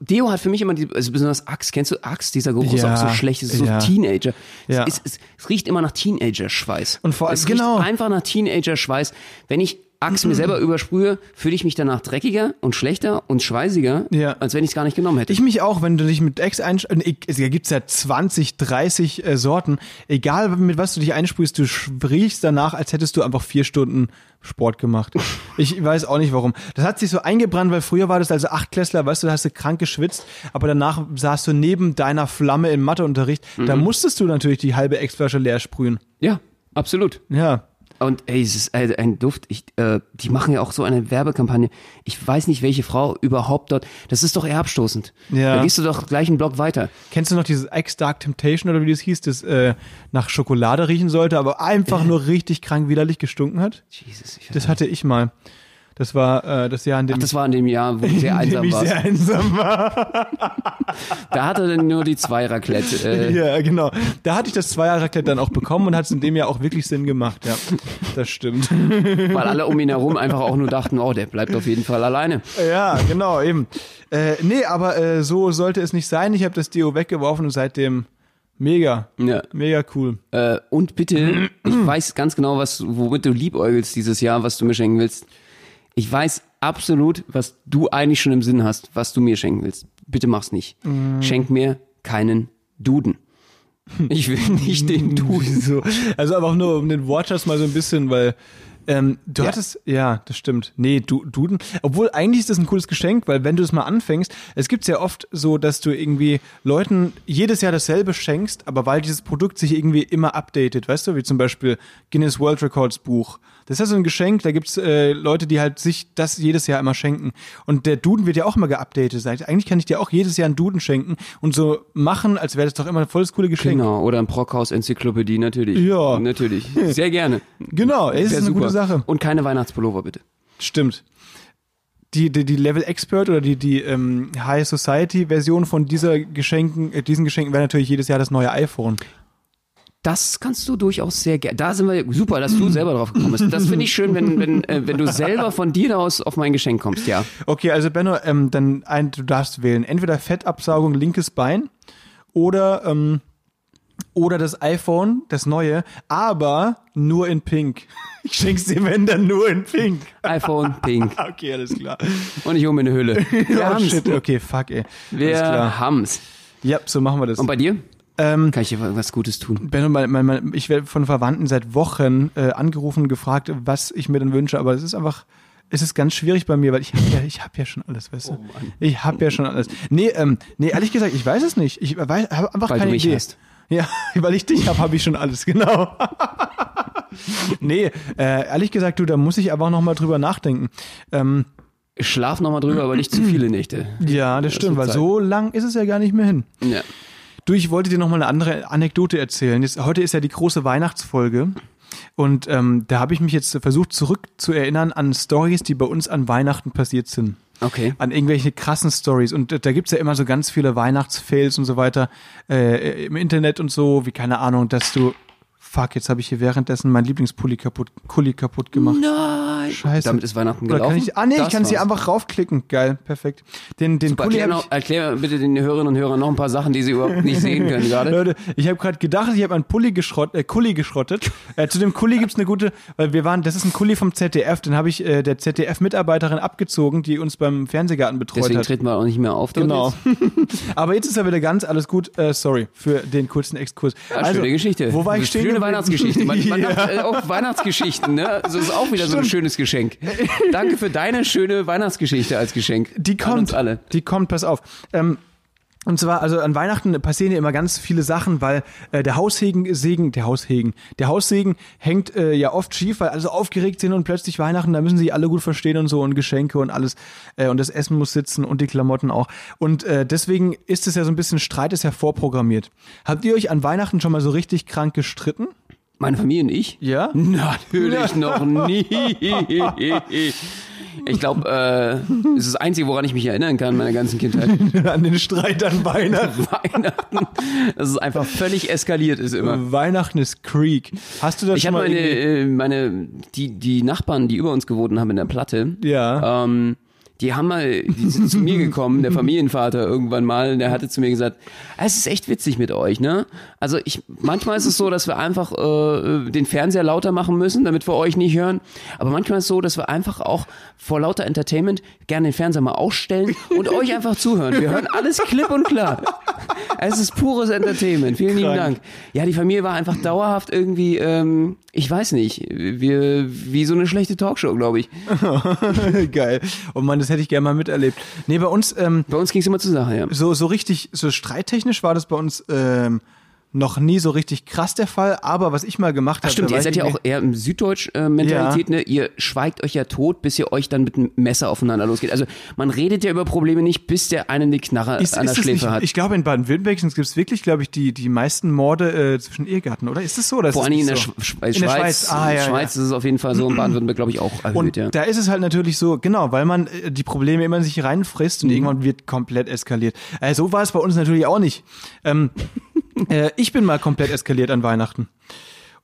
[SPEAKER 2] Deo hat für mich immer, die, also besonders Axe. Kennst du Axe? Dieser Geruch ist
[SPEAKER 1] Ja.
[SPEAKER 2] auch so schlecht. Es ist
[SPEAKER 1] Ja.
[SPEAKER 2] so Teenager.
[SPEAKER 1] Ja.
[SPEAKER 2] Es, es, es, es riecht immer nach Teenager-Schweiß.
[SPEAKER 1] Und vor allem-
[SPEAKER 2] es
[SPEAKER 1] genau.
[SPEAKER 2] riecht einfach nach Teenager-Schweiß. Wenn ich Axe mir selber übersprühe, fühle ich mich danach dreckiger und schlechter und schweißiger,
[SPEAKER 1] Ja.
[SPEAKER 2] als wenn ich es gar nicht genommen hätte.
[SPEAKER 1] Ich mich auch, wenn du dich mit Ex einsprühst. Es gibt ja 20, 30 äh, Sorten. Egal, mit was du dich einsprühst, du sch- riechst danach, als hättest du einfach vier Stunden Sport gemacht. Ich weiß auch nicht warum. Das hat sich so eingebrannt, weil früher war das also Achtklässler, weißt du, da hast du krank geschwitzt, aber danach saß du neben deiner Flamme im Matheunterricht. Da musstest du natürlich die halbe Ex-Flasche leer sprühen.
[SPEAKER 2] ja, absolut.
[SPEAKER 1] Ja.
[SPEAKER 2] Und ey, es ist ein, ein Duft. Ich, äh, die machen ja auch so eine Werbekampagne. Ich weiß nicht, welche Frau überhaupt dort. Das ist doch eher abstoßend.
[SPEAKER 1] Ja.
[SPEAKER 2] Da gehst du doch gleich einen Block weiter.
[SPEAKER 1] Kennst du noch dieses Ex Dark Temptation oder wie das hieß, das äh, nach Schokolade riechen sollte, aber einfach nur richtig krank widerlich gestunken hat?
[SPEAKER 2] Jesus, ich
[SPEAKER 1] Das hatte ich mal. Das war äh, das Jahr, in dem,
[SPEAKER 2] das war in dem Jahr, wo du sehr
[SPEAKER 1] ich, in dem
[SPEAKER 2] einsam
[SPEAKER 1] ich
[SPEAKER 2] warst.
[SPEAKER 1] sehr einsam war.
[SPEAKER 2] Da hatte dann nur die zwei Raclette. Äh,
[SPEAKER 1] Ja, genau. Da hatte ich das Zweier-Raclette dann auch bekommen und hat es in dem Jahr auch wirklich Sinn gemacht. Ja, das stimmt.
[SPEAKER 2] Weil alle um ihn herum einfach auch nur dachten, oh, der bleibt auf jeden Fall alleine.
[SPEAKER 1] Ja, genau, eben. Äh, nee, aber äh, so sollte es nicht sein. Ich habe das Deo weggeworfen und seitdem mega,
[SPEAKER 2] Ja.
[SPEAKER 1] mega cool.
[SPEAKER 2] Äh, und bitte, ich weiß ganz genau, was, womit du liebäugelst dieses Jahr, was du mir schenken willst. Ich weiß absolut, was du eigentlich schon im Sinn hast, was du mir schenken willst. Bitte mach's nicht.
[SPEAKER 1] Mm.
[SPEAKER 2] Schenk mir keinen Duden. Ich will nicht den Duden.
[SPEAKER 1] So. Also aber auch nur um den Wortschatz mal so ein bisschen, weil ähm, du
[SPEAKER 2] Ja.
[SPEAKER 1] hattest, ja, das stimmt. Nee, du, Duden. Obwohl eigentlich ist das ein cooles Geschenk, weil wenn du es mal anfängst, es gibt ja oft so, dass du irgendwie Leuten jedes Jahr dasselbe schenkst, aber weil dieses Produkt sich irgendwie immer updatet, weißt du, wie zum Beispiel Guinness World Records Buch. Das ist ja so ein Geschenk, da gibt's äh, Leute, die halt sich das jedes Jahr immer schenken. Und der Duden wird ja auch immer geupdatet. Sagt, Eigentlich kann ich dir auch jedes Jahr einen Duden schenken und so machen, als wäre das doch immer ein volles coole Geschenk.
[SPEAKER 2] Genau, oder ein Brockhaus-Enzyklopädie, natürlich.
[SPEAKER 1] Ja.
[SPEAKER 2] Natürlich. Sehr gerne.
[SPEAKER 1] Genau, es ist
[SPEAKER 2] Wär
[SPEAKER 1] eine
[SPEAKER 2] super.
[SPEAKER 1] gute Sache.
[SPEAKER 2] Und keine Weihnachtspullover, bitte.
[SPEAKER 1] Stimmt. Die, die, die Level Expert oder die, die ähm, High Society Version von dieser Geschenken, äh, diesen Geschenken wäre natürlich jedes Jahr das neue iPhone.
[SPEAKER 2] Das kannst du durchaus sehr gerne. Da sind wir super, dass du selber drauf gekommen bist. Das finde ich schön, wenn, wenn, äh, wenn du selber von dir aus auf mein Geschenk kommst, ja.
[SPEAKER 1] Okay, also Benno, ähm, dann ein, du darfst wählen. Entweder Fettabsaugung, linkes Bein oder ähm, oder das iPhone, das neue, aber nur in Pink. Ich schenk's dir, wenn dann nur in Pink.
[SPEAKER 2] iPhone pink.
[SPEAKER 1] Okay, alles klar.
[SPEAKER 2] Und ich hole mir eine Hülle. Wir
[SPEAKER 1] Oh,
[SPEAKER 2] haben's.
[SPEAKER 1] shit. Okay, fuck, ey. alles
[SPEAKER 2] Wir
[SPEAKER 1] klar.
[SPEAKER 2] haben's.
[SPEAKER 1] Ja, so machen wir das.
[SPEAKER 2] Und bei dir?
[SPEAKER 1] Ähm,
[SPEAKER 2] Kann ich dir irgendwas Gutes tun?
[SPEAKER 1] Benno, mein, mein, mein, ich werde von Verwandten seit Wochen äh, angerufen und gefragt, was ich mir denn wünsche, aber es ist einfach, es ist ganz schwierig bei mir, weil ich habe ja, ich hab ja schon alles, weißt du?
[SPEAKER 2] Oh
[SPEAKER 1] ich habe ja schon alles. Nee, ähm, nee, ehrlich gesagt, ich weiß es nicht. Ich habe einfach
[SPEAKER 2] Weil du
[SPEAKER 1] keine
[SPEAKER 2] mich
[SPEAKER 1] Idee.
[SPEAKER 2] hast.
[SPEAKER 1] Ja, weil ich dich habe, habe ich schon alles, genau. nee, äh, ehrlich gesagt, du, da muss ich aber auch nochmal drüber nachdenken. Ähm,
[SPEAKER 2] Ich Schlaf nochmal drüber, aber nicht zu viele Nächte.
[SPEAKER 1] ja, das stimmt,
[SPEAKER 2] wird
[SPEAKER 1] weil
[SPEAKER 2] Zeit.
[SPEAKER 1] so lang ist es ja gar nicht mehr hin.
[SPEAKER 2] Ja.
[SPEAKER 1] Du, ich wollte dir noch mal eine andere Anekdote erzählen. Jetzt, heute ist ja die große Weihnachtsfolge. Und ähm, da habe ich mich jetzt versucht zurückzuerinnern an Stories, die bei uns an Weihnachten passiert sind.
[SPEAKER 2] Okay.
[SPEAKER 1] An irgendwelche krassen Stories. Und äh, da gibt's ja immer so ganz viele Weihnachtsfails und so weiter äh, im Internet und so, wie keine Ahnung, dass du. Fuck, jetzt habe ich hier währenddessen mein Lieblingspulli kaputt, Kulli kaputt gemacht.
[SPEAKER 2] Nein.
[SPEAKER 1] Scheiße.
[SPEAKER 2] Damit ist Weihnachten
[SPEAKER 1] Oder
[SPEAKER 2] Hm, gelaufen.
[SPEAKER 1] Kann ich, ah, nee, ich
[SPEAKER 2] Das
[SPEAKER 1] kann sie
[SPEAKER 2] war's.
[SPEAKER 1] einfach raufklicken. Geil, perfekt. Den, den
[SPEAKER 2] Aber
[SPEAKER 1] Pulli
[SPEAKER 2] Erklär,
[SPEAKER 1] habe ich.
[SPEAKER 2] noch, erklär bitte den Hörerinnen und Hörern noch ein paar Sachen, die sie überhaupt nicht sehen können gerade.
[SPEAKER 1] Leute, ich habe gerade gedacht, ich habe einen Pulli geschrott, äh, Kulli geschrottet. Äh, zu dem Kulli gibt's eine gute, weil wir waren, das ist ein Kulli vom ZDF, den habe ich äh, der ZDF-Mitarbeiterin abgezogen, die uns beim Fernsehgarten betreut
[SPEAKER 2] Deswegen
[SPEAKER 1] hat.
[SPEAKER 2] treten wir auch nicht mehr auf. dort
[SPEAKER 1] Genau.
[SPEAKER 2] jetzt.
[SPEAKER 1] Aber jetzt ist er wieder ganz, alles gut. Äh, sorry für den kurzen Exkurs.
[SPEAKER 2] Ja, schöne Geschichte.
[SPEAKER 1] Also, Wo war ich stehen?
[SPEAKER 2] Schöne
[SPEAKER 1] geblieben?
[SPEAKER 2] Weihnachtsgeschichte. Man, man
[SPEAKER 1] ja.
[SPEAKER 2] macht äh, auch Weihnachtsgeschichten, ne? Das ist auch wieder so ein schönes Geschenk. Danke für deine schöne Weihnachtsgeschichte als Geschenk.
[SPEAKER 1] Die
[SPEAKER 2] An
[SPEAKER 1] kommt.
[SPEAKER 2] uns alle.
[SPEAKER 1] Die kommt, pass auf. Ähm, und zwar, also an Weihnachten passieren ja immer ganz viele Sachen, weil äh, der Haussegen, Segen, der Haussegen, der Haussegen hängt äh, ja oft schief, weil alle so aufgeregt sind und plötzlich Weihnachten, da müssen sie alle gut verstehen und so und Geschenke und alles äh, und das Essen muss sitzen und die Klamotten auch. Und äh, deswegen ist es ja so ein bisschen, Streit ist ja vorprogrammiert. Habt ihr euch an Weihnachten schon mal so richtig krank gestritten?
[SPEAKER 2] Meine Familie und ich?
[SPEAKER 1] Ja?
[SPEAKER 2] Natürlich noch nie. Ich glaube, äh, es ist das Einzige, woran ich mich erinnern kann in meiner ganzen Kindheit.
[SPEAKER 1] An den Streit an Weihnachten.
[SPEAKER 2] Weihnachten, dass es einfach völlig eskaliert ist immer.
[SPEAKER 1] Weihnachten ist Creek. Hast du das
[SPEAKER 2] Ich
[SPEAKER 1] schon mal
[SPEAKER 2] hatte meine,
[SPEAKER 1] irgendwie-
[SPEAKER 2] äh, meine die, die Nachbarn, die über uns gewohnt haben in der Platte,
[SPEAKER 1] Ja.
[SPEAKER 2] ähm, die haben mal, die sind zu mir gekommen, der Familienvater irgendwann mal, und der hatte zu mir gesagt, "Ah, es ist echt witzig mit euch, ne? Also ich, manchmal ist es so, dass wir einfach äh, den Fernseher lauter machen müssen, damit wir euch nicht hören. Aber manchmal ist es so, dass wir einfach auch vor lauter Entertainment gerne den Fernseher mal ausstellen und euch einfach zuhören. Wir hören alles klipp und klar. Es ist pures Entertainment. Vielen lieben
[SPEAKER 1] Krank.
[SPEAKER 2] Dank. Ja, die Familie war einfach dauerhaft irgendwie, ähm, ich weiß nicht, wir, wie so eine schlechte Talkshow, glaube ich.
[SPEAKER 1] Geil. Oh Mann, das hätte ich gerne mal miterlebt. Nee, bei uns, ähm,
[SPEAKER 2] Bei uns ging es immer zur Sache, ja.
[SPEAKER 1] so, so richtig, so streittechnisch war das bei uns ähm, noch nie so richtig krass der Fall, aber was ich mal gemacht habe.
[SPEAKER 2] Stimmt, ihr seid ja auch eher im Süddeutsch-Mentalität,
[SPEAKER 1] Ja.
[SPEAKER 2] ne? Ihr schweigt euch ja tot, bis ihr euch dann mit einem Messer aufeinander losgeht. Also man redet ja über Probleme nicht, bis der eine eine Knarre
[SPEAKER 1] Ist,
[SPEAKER 2] an der
[SPEAKER 1] ist das
[SPEAKER 2] Schläfe
[SPEAKER 1] nicht,
[SPEAKER 2] hat.
[SPEAKER 1] ich glaube, in Baden-Württemberg gibt es wirklich, glaube ich, die, die meisten Morde äh, zwischen Ehegatten, oder? Ist das so? Oder ist
[SPEAKER 2] Vor
[SPEAKER 1] das
[SPEAKER 2] allen Dingen in der,
[SPEAKER 1] nicht
[SPEAKER 2] Sch
[SPEAKER 1] so?
[SPEAKER 2] Sch Schweiz, Schweiz,
[SPEAKER 1] Ah, ja, ja.
[SPEAKER 2] Schweiz ist es auf jeden Fall so, in Baden-Württemberg glaube ich auch erhöht,
[SPEAKER 1] Und
[SPEAKER 2] ja.
[SPEAKER 1] da ist es halt natürlich so, genau, weil man äh, die Probleme immer in sich reinfrisst
[SPEAKER 2] Mhm.
[SPEAKER 1] und irgendwann wird komplett eskaliert. Äh, so war es bei uns natürlich auch nicht. Ähm, äh, ich bin mal komplett eskaliert an Weihnachten.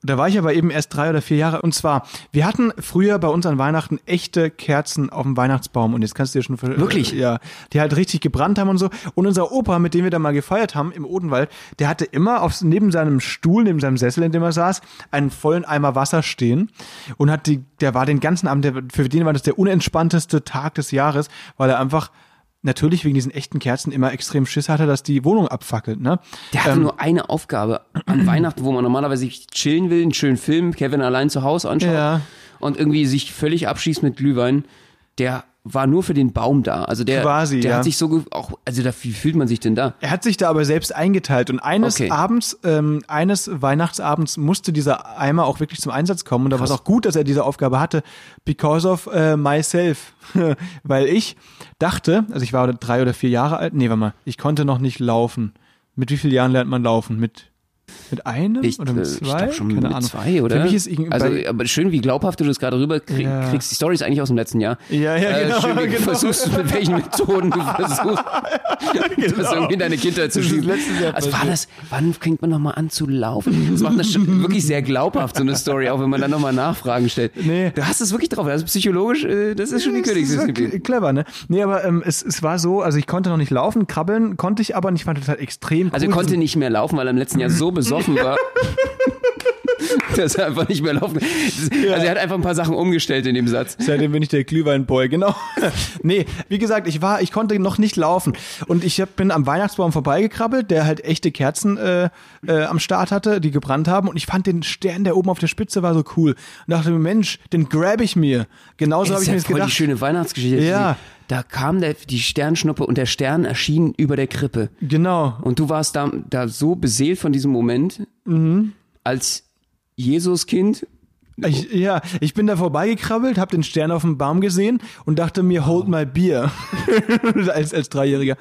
[SPEAKER 1] Und Da war ich aber eben erst drei oder vier Jahre. Und zwar, wir hatten früher bei uns an Weihnachten echte Kerzen auf dem Weihnachtsbaum. Und jetzt kannst du dir schon ver-
[SPEAKER 2] Wirklich?
[SPEAKER 1] Äh, ja, die halt richtig gebrannt haben und so. Und unser Opa, mit dem wir da mal gefeiert haben im Odenwald, der hatte immer auf, neben seinem Stuhl, neben seinem Sessel, in dem er saß, einen vollen Eimer Wasser stehen. Und hat die, der war den ganzen Abend, der, für den war das der unentspannteste Tag des Jahres, weil er einfach natürlich wegen diesen echten Kerzen immer extrem Schiss hatte, dass die Wohnung abfackelt. Ne?
[SPEAKER 2] Der hatte nur eine Aufgabe an Weihnachten, wo man normalerweise sich chillen will, einen schönen Film, Kevin allein zu Hause anschaut
[SPEAKER 1] Ja.
[SPEAKER 2] und irgendwie sich völlig abschießt mit Glühwein. Der war nur für den Baum da. Also der,
[SPEAKER 1] Quasi,
[SPEAKER 2] der
[SPEAKER 1] ja.
[SPEAKER 2] hat sich so ge- auch, also da, wie fühlt man sich denn da?
[SPEAKER 1] Er hat sich da aber selbst eingeteilt und eines
[SPEAKER 2] Okay.
[SPEAKER 1] Abends, ähm, eines Weihnachtsabends musste dieser Eimer auch wirklich zum Einsatz kommen und da war es auch gut, dass er diese Aufgabe hatte, because of äh, myself, weil ich dachte, also ich war drei oder vier Jahre alt, nee, warte mal, ich konnte noch nicht laufen. Mit wie vielen Jahren lernt man laufen? Mit mit einem
[SPEAKER 2] Ich,
[SPEAKER 1] oder mit
[SPEAKER 2] äh,
[SPEAKER 1] zwei?
[SPEAKER 2] Ich glaub schon
[SPEAKER 1] Keine
[SPEAKER 2] mit
[SPEAKER 1] Ahnung.
[SPEAKER 2] zwei, oder?
[SPEAKER 1] Für mich ist irgendwie
[SPEAKER 2] also,
[SPEAKER 1] bei-
[SPEAKER 2] aber schön, wie glaubhaft du das gerade rüber krieg,
[SPEAKER 1] Ja.
[SPEAKER 2] kriegst. Die Story ist eigentlich aus dem letzten Jahr. Äh,
[SPEAKER 1] Ja, ja, genau,
[SPEAKER 2] schön, wie du
[SPEAKER 1] genau.
[SPEAKER 2] versuchst, mit welchen Methoden du versuchst, das irgendwie in deine Kindheit zu
[SPEAKER 1] Genau. Das ist
[SPEAKER 2] schieben.
[SPEAKER 1] letztes Jahr
[SPEAKER 2] Also war
[SPEAKER 1] passiert.
[SPEAKER 2] das, wann fängt man nochmal an zu laufen? Das macht das schon wirklich sehr glaubhaft, so eine Story, auch wenn man dann nochmal Nachfragen stellt.
[SPEAKER 1] Nee.
[SPEAKER 2] Du hast es wirklich drauf, also psychologisch, äh, das ist schon die
[SPEAKER 1] Das ist ja
[SPEAKER 2] Königsdisziplin.
[SPEAKER 1] kle- Clever, ne? Nee, aber ähm, es, es war so, also ich konnte noch nicht laufen, krabbeln konnte ich aber nicht, ich fand das halt extrem
[SPEAKER 2] Also er
[SPEAKER 1] cool,
[SPEAKER 2] konnte nicht mehr laufen, weil er im letzten Jahr so besoffen war, dass er einfach nicht mehr laufen kann. Das- Also er hat einfach ein paar Sachen umgestellt in dem Satz.
[SPEAKER 1] Seitdem bin ich der Glühweinboy, genau. nee, wie gesagt, ich war, ich konnte noch nicht laufen. Und ich hab, bin am Weihnachtsbaum vorbeigekrabbelt, der halt echte Kerzen äh, äh, am Start hatte, die gebrannt haben. Und ich fand den Stern, der oben auf der Spitze war, so cool. Und dachte mir, Mensch, den grab ich mir. Genauso habe ich
[SPEAKER 2] das ist
[SPEAKER 1] mir
[SPEAKER 2] ja
[SPEAKER 1] das
[SPEAKER 2] voll die
[SPEAKER 1] gedacht.
[SPEAKER 2] schöne Weihnachtsgeschichte.
[SPEAKER 1] Ja.
[SPEAKER 2] Da kam der, die Sternschnuppe und der Stern erschien über der Krippe.
[SPEAKER 1] Genau.
[SPEAKER 2] Und du warst da, da so beseelt von diesem Moment,
[SPEAKER 1] Mhm.
[SPEAKER 2] als Jesuskind.
[SPEAKER 1] Ich, ja, ich bin da vorbeigekrabbelt, habe den Stern auf dem Baum gesehen und dachte mir, hold my beer. als, als Dreijähriger.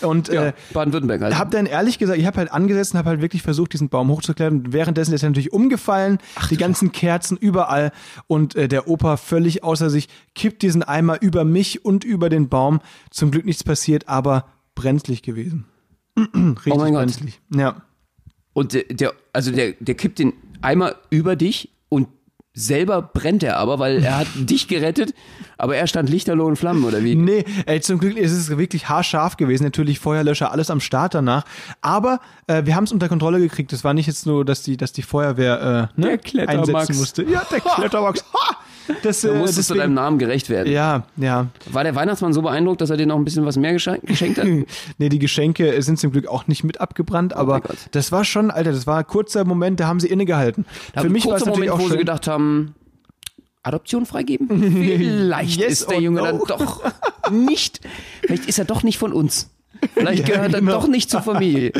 [SPEAKER 1] Und äh,
[SPEAKER 2] Baden-Württemberg. Also.
[SPEAKER 1] Hab dann ehrlich gesagt, ich habe halt angesessen, habe halt wirklich versucht, diesen Baum hochzuklettern. Währenddessen ist er natürlich umgefallen, die ganzen Kerzen überall und äh, der Opa völlig außer sich kippt diesen Eimer über mich und über den Baum. Zum Glück nichts passiert, aber brenzlig gewesen. Richtig
[SPEAKER 2] Oh mein Gott.
[SPEAKER 1] brenzlig. Ja.
[SPEAKER 2] Und der, der also der, der kippt den Eimer über dich und selber brennt er aber, weil er hat dich gerettet, aber er stand lichterloh in Flammen, oder wie?
[SPEAKER 1] Nee, ey, zum Glück ist es wirklich haarscharf gewesen. Natürlich Feuerlöscher, alles am Start danach. Aber äh, wir haben es unter Kontrolle gekriegt. Es war nicht jetzt nur, dass die, dass die Feuerwehr äh, ne,
[SPEAKER 2] Der Klettermax.
[SPEAKER 1] einsetzen musste. Ja, der Klettermax. Ha! Das,
[SPEAKER 2] Du
[SPEAKER 1] äh,
[SPEAKER 2] musstest du
[SPEAKER 1] deswegen-
[SPEAKER 2] deinem Namen gerecht werden.
[SPEAKER 1] ja, ja.
[SPEAKER 2] War der Weihnachtsmann so beeindruckt, dass er dir noch ein bisschen was mehr gesche- geschenkt hat?
[SPEAKER 1] Nee, die Geschenke äh, sind zum Glück auch nicht mit abgebrannt, aber
[SPEAKER 2] Oh mein Gott.
[SPEAKER 1] das war schon, Alter, das war ein kurzer Moment, da haben sie innegehalten. Für mich war es
[SPEAKER 2] Kurzer
[SPEAKER 1] natürlich
[SPEAKER 2] Moment,
[SPEAKER 1] auch
[SPEAKER 2] wo sie
[SPEAKER 1] schön.
[SPEAKER 2] gedacht haben, Adoption freigeben? Vielleicht
[SPEAKER 1] Yes
[SPEAKER 2] ist der
[SPEAKER 1] or
[SPEAKER 2] Junge
[SPEAKER 1] no?
[SPEAKER 2] dann doch nicht, vielleicht ist er doch nicht von uns. Vielleicht gehört er
[SPEAKER 1] genau.
[SPEAKER 2] doch nicht zur Familie.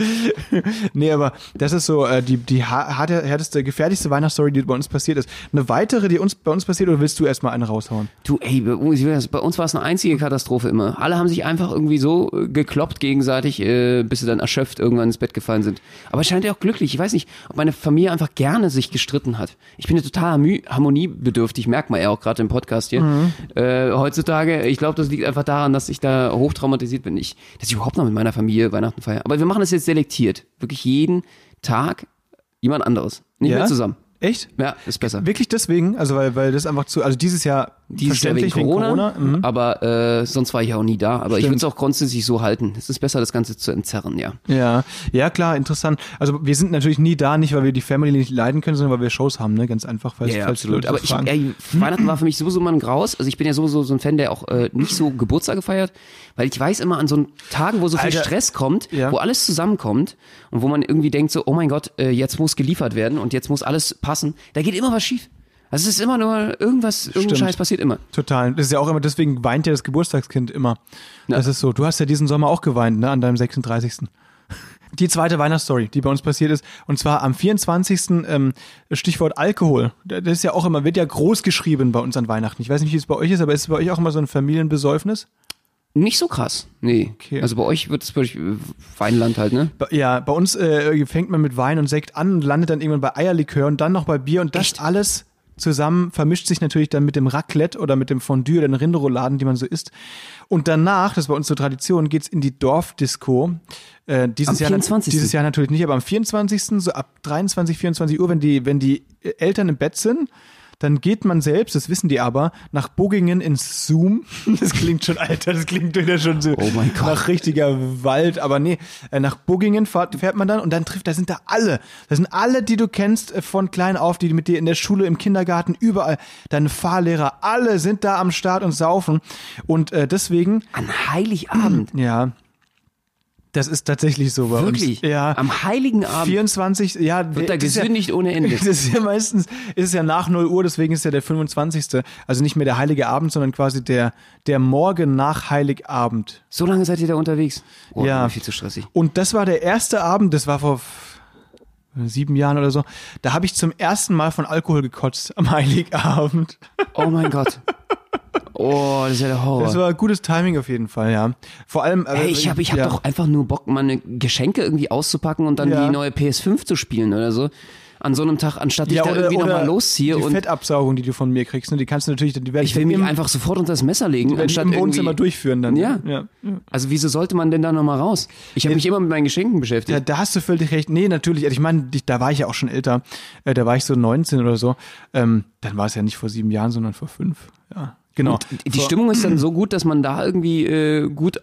[SPEAKER 1] Nee, aber das ist so äh, die, die har- harte- härteste, gefährlichste Weihnachtsstory, die bei uns passiert ist. Eine weitere, die uns, bei uns passiert, oder willst du erstmal eine raushauen?
[SPEAKER 2] Du, ey, bei uns bei uns war es eine einzige Katastrophe immer. Alle haben sich einfach irgendwie so äh, gekloppt gegenseitig, äh, bis sie dann erschöpft irgendwann ins Bett gefallen sind. Aber es scheint ja auch glücklich. Ich weiß nicht, ob meine Familie einfach gerne sich gestritten hat. Ich bin ja total harmü- harmoniebedürftig, merkt man ja auch gerade im Podcast hier. Äh, heutzutage, ich glaube, das liegt einfach daran, dass ich da hochtraumatisiert bin. Ich, dass ich überhaupt noch mit meiner Familie Weihnachten feiere. Aber wir machen das jetzt selektiert. Wirklich jeden Tag jemand anderes. Nicht mehr zusammen.
[SPEAKER 1] Echt?
[SPEAKER 2] Ja, ist besser.
[SPEAKER 1] Wirklich deswegen? Also, weil, weil das einfach zu, also dieses Jahr
[SPEAKER 2] Dieses Jahr wegen
[SPEAKER 1] verständlich
[SPEAKER 2] Corona,
[SPEAKER 1] mhm.
[SPEAKER 2] aber äh, sonst war ich ja auch nie da. Aber
[SPEAKER 1] Stimmt.
[SPEAKER 2] ich würde es auch grundsätzlich so halten. Es ist besser, das Ganze zu entzerren, ja.
[SPEAKER 1] Ja, ja klar, interessant. Also wir sind natürlich nie da, nicht weil wir die Family nicht leiden können, sondern weil wir Shows haben, ne? Ganz einfach, falls, falls die Leute
[SPEAKER 2] Aber
[SPEAKER 1] so
[SPEAKER 2] ich,
[SPEAKER 1] fragen. Mhm.
[SPEAKER 2] ey, Weihnachten war für mich sowieso immer ein Graus. Also ich bin ja sowieso so ein Fan, der auch äh, nicht so Geburtstag gefeiert, weil ich weiß immer an so Tagen, wo so viel
[SPEAKER 1] Alter.
[SPEAKER 2] Stress kommt,
[SPEAKER 1] Ja.
[SPEAKER 2] wo alles zusammenkommt und wo man irgendwie denkt so, oh mein Gott, äh, jetzt muss geliefert werden und jetzt muss alles passen. Da geht immer was schief. Also es ist immer nur irgendwas, irgendein
[SPEAKER 1] Stimmt.
[SPEAKER 2] Scheiß passiert immer.
[SPEAKER 1] Total. Das ist ja auch immer, deswegen weint ja das Geburtstagskind immer. Das ist so. Du hast ja diesen Sommer auch geweint, ne? An deinem 36. Die zweite Weihnachtsstory, die bei uns passiert ist, und zwar am 24. Ähm, Stichwort Alkohol. Das ist ja auch immer, wird ja groß geschrieben bei uns an Weihnachten. Ich weiß nicht, wie es bei euch ist, aber ist es bei euch auch immer so ein Familienbesäufnis?
[SPEAKER 2] Nicht so krass. Nee.
[SPEAKER 1] Okay.
[SPEAKER 2] Also bei euch wird es wirklich äh, Weinland halt, ne?
[SPEAKER 1] Ba- Ja, bei uns äh, fängt man mit Wein und Sekt an und landet dann irgendwann bei Eierlikör und dann noch bei Bier und das
[SPEAKER 2] Echt?
[SPEAKER 1] alles zusammen vermischt sich natürlich dann mit dem Raclette oder mit dem Fondue oder den Rinderrouladen, die man so isst. Und danach, das ist bei uns zur Tradition, geht's in die Dorfdisco. Äh, dieses,
[SPEAKER 2] Am
[SPEAKER 1] Jahr, na-
[SPEAKER 2] 24..
[SPEAKER 1] dieses Jahr natürlich nicht, aber am 24. so ab 23, 24 Uhr, wenn die, wenn die äh, Eltern im Bett sind, dann geht man selbst, das wissen die aber, nach Bogingen ins Zoom. Das klingt schon alter, das klingt wieder schon so
[SPEAKER 2] Oh mein Gott.
[SPEAKER 1] nach richtiger Wald, aber nee, äh, nach Buggingen fährt, fährt man dann und dann trifft, da sind da alle, da sind alle, die du kennst äh, von klein auf, die mit dir in der Schule, im Kindergarten, überall, deine Fahrlehrer, alle sind da am Start und saufen und äh, deswegen,
[SPEAKER 2] An Heiligabend.
[SPEAKER 1] ja, das ist tatsächlich so bei
[SPEAKER 2] Wirklich?
[SPEAKER 1] uns. Ja,
[SPEAKER 2] Am heiligen Abend
[SPEAKER 1] 24, ja,
[SPEAKER 2] wird da
[SPEAKER 1] das ist ja-
[SPEAKER 2] gesündigt ohne Ende.
[SPEAKER 1] Das ist ja meistens, ist es ja nach 0 Uhr, deswegen ist ja der 25. Also nicht mehr der heilige Abend, sondern quasi der, der Morgen nach Heiligabend.
[SPEAKER 2] So lange seid ihr da unterwegs. Oh,
[SPEAKER 1] Ja.
[SPEAKER 2] war Viel zu stressig.
[SPEAKER 1] Und das war der erste Abend, das war vor f- sieben Jahren oder so, da habe ich zum ersten Mal von Alkohol gekotzt am Heiligabend.
[SPEAKER 2] Oh mein Gott. Oh, das ist ja der Horror.
[SPEAKER 1] Das war gutes Timing auf jeden Fall, ja. Vor allem. äh,
[SPEAKER 2] Ey, ich habe ich hab
[SPEAKER 1] ja.
[SPEAKER 2] doch einfach nur Bock, meine Geschenke irgendwie auszupacken und dann
[SPEAKER 1] Ja.
[SPEAKER 2] die neue PS5 zu spielen oder so. An so einem Tag, anstatt ich
[SPEAKER 1] Ja,
[SPEAKER 2] da
[SPEAKER 1] oder,
[SPEAKER 2] irgendwie
[SPEAKER 1] oder
[SPEAKER 2] nochmal losziehe
[SPEAKER 1] die
[SPEAKER 2] und
[SPEAKER 1] Fettabsaugung, die du von mir kriegst, ne, die kannst du natürlich, die werde ich,
[SPEAKER 2] ich will mich
[SPEAKER 1] im,
[SPEAKER 2] einfach sofort unter das Messer legen,
[SPEAKER 1] wenn die
[SPEAKER 2] anstatt
[SPEAKER 1] im Wohnzimmer
[SPEAKER 2] irgendwie,
[SPEAKER 1] durchführen dann.
[SPEAKER 2] Ja.
[SPEAKER 1] ja.
[SPEAKER 2] Also wieso sollte man denn da nochmal raus? Ich habe mich immer mit meinen Geschenken beschäftigt.
[SPEAKER 1] Ja, da hast du völlig recht. Nee, natürlich. Also ich meine, ich- da war ich ja auch schon älter. Äh, da war ich so 19 oder so. Ähm, dann war es ja nicht vor sieben Jahren, sondern vor fünf. Ja, genau.
[SPEAKER 2] Die Stimmung ist dann so gut, dass man da irgendwie äh, gut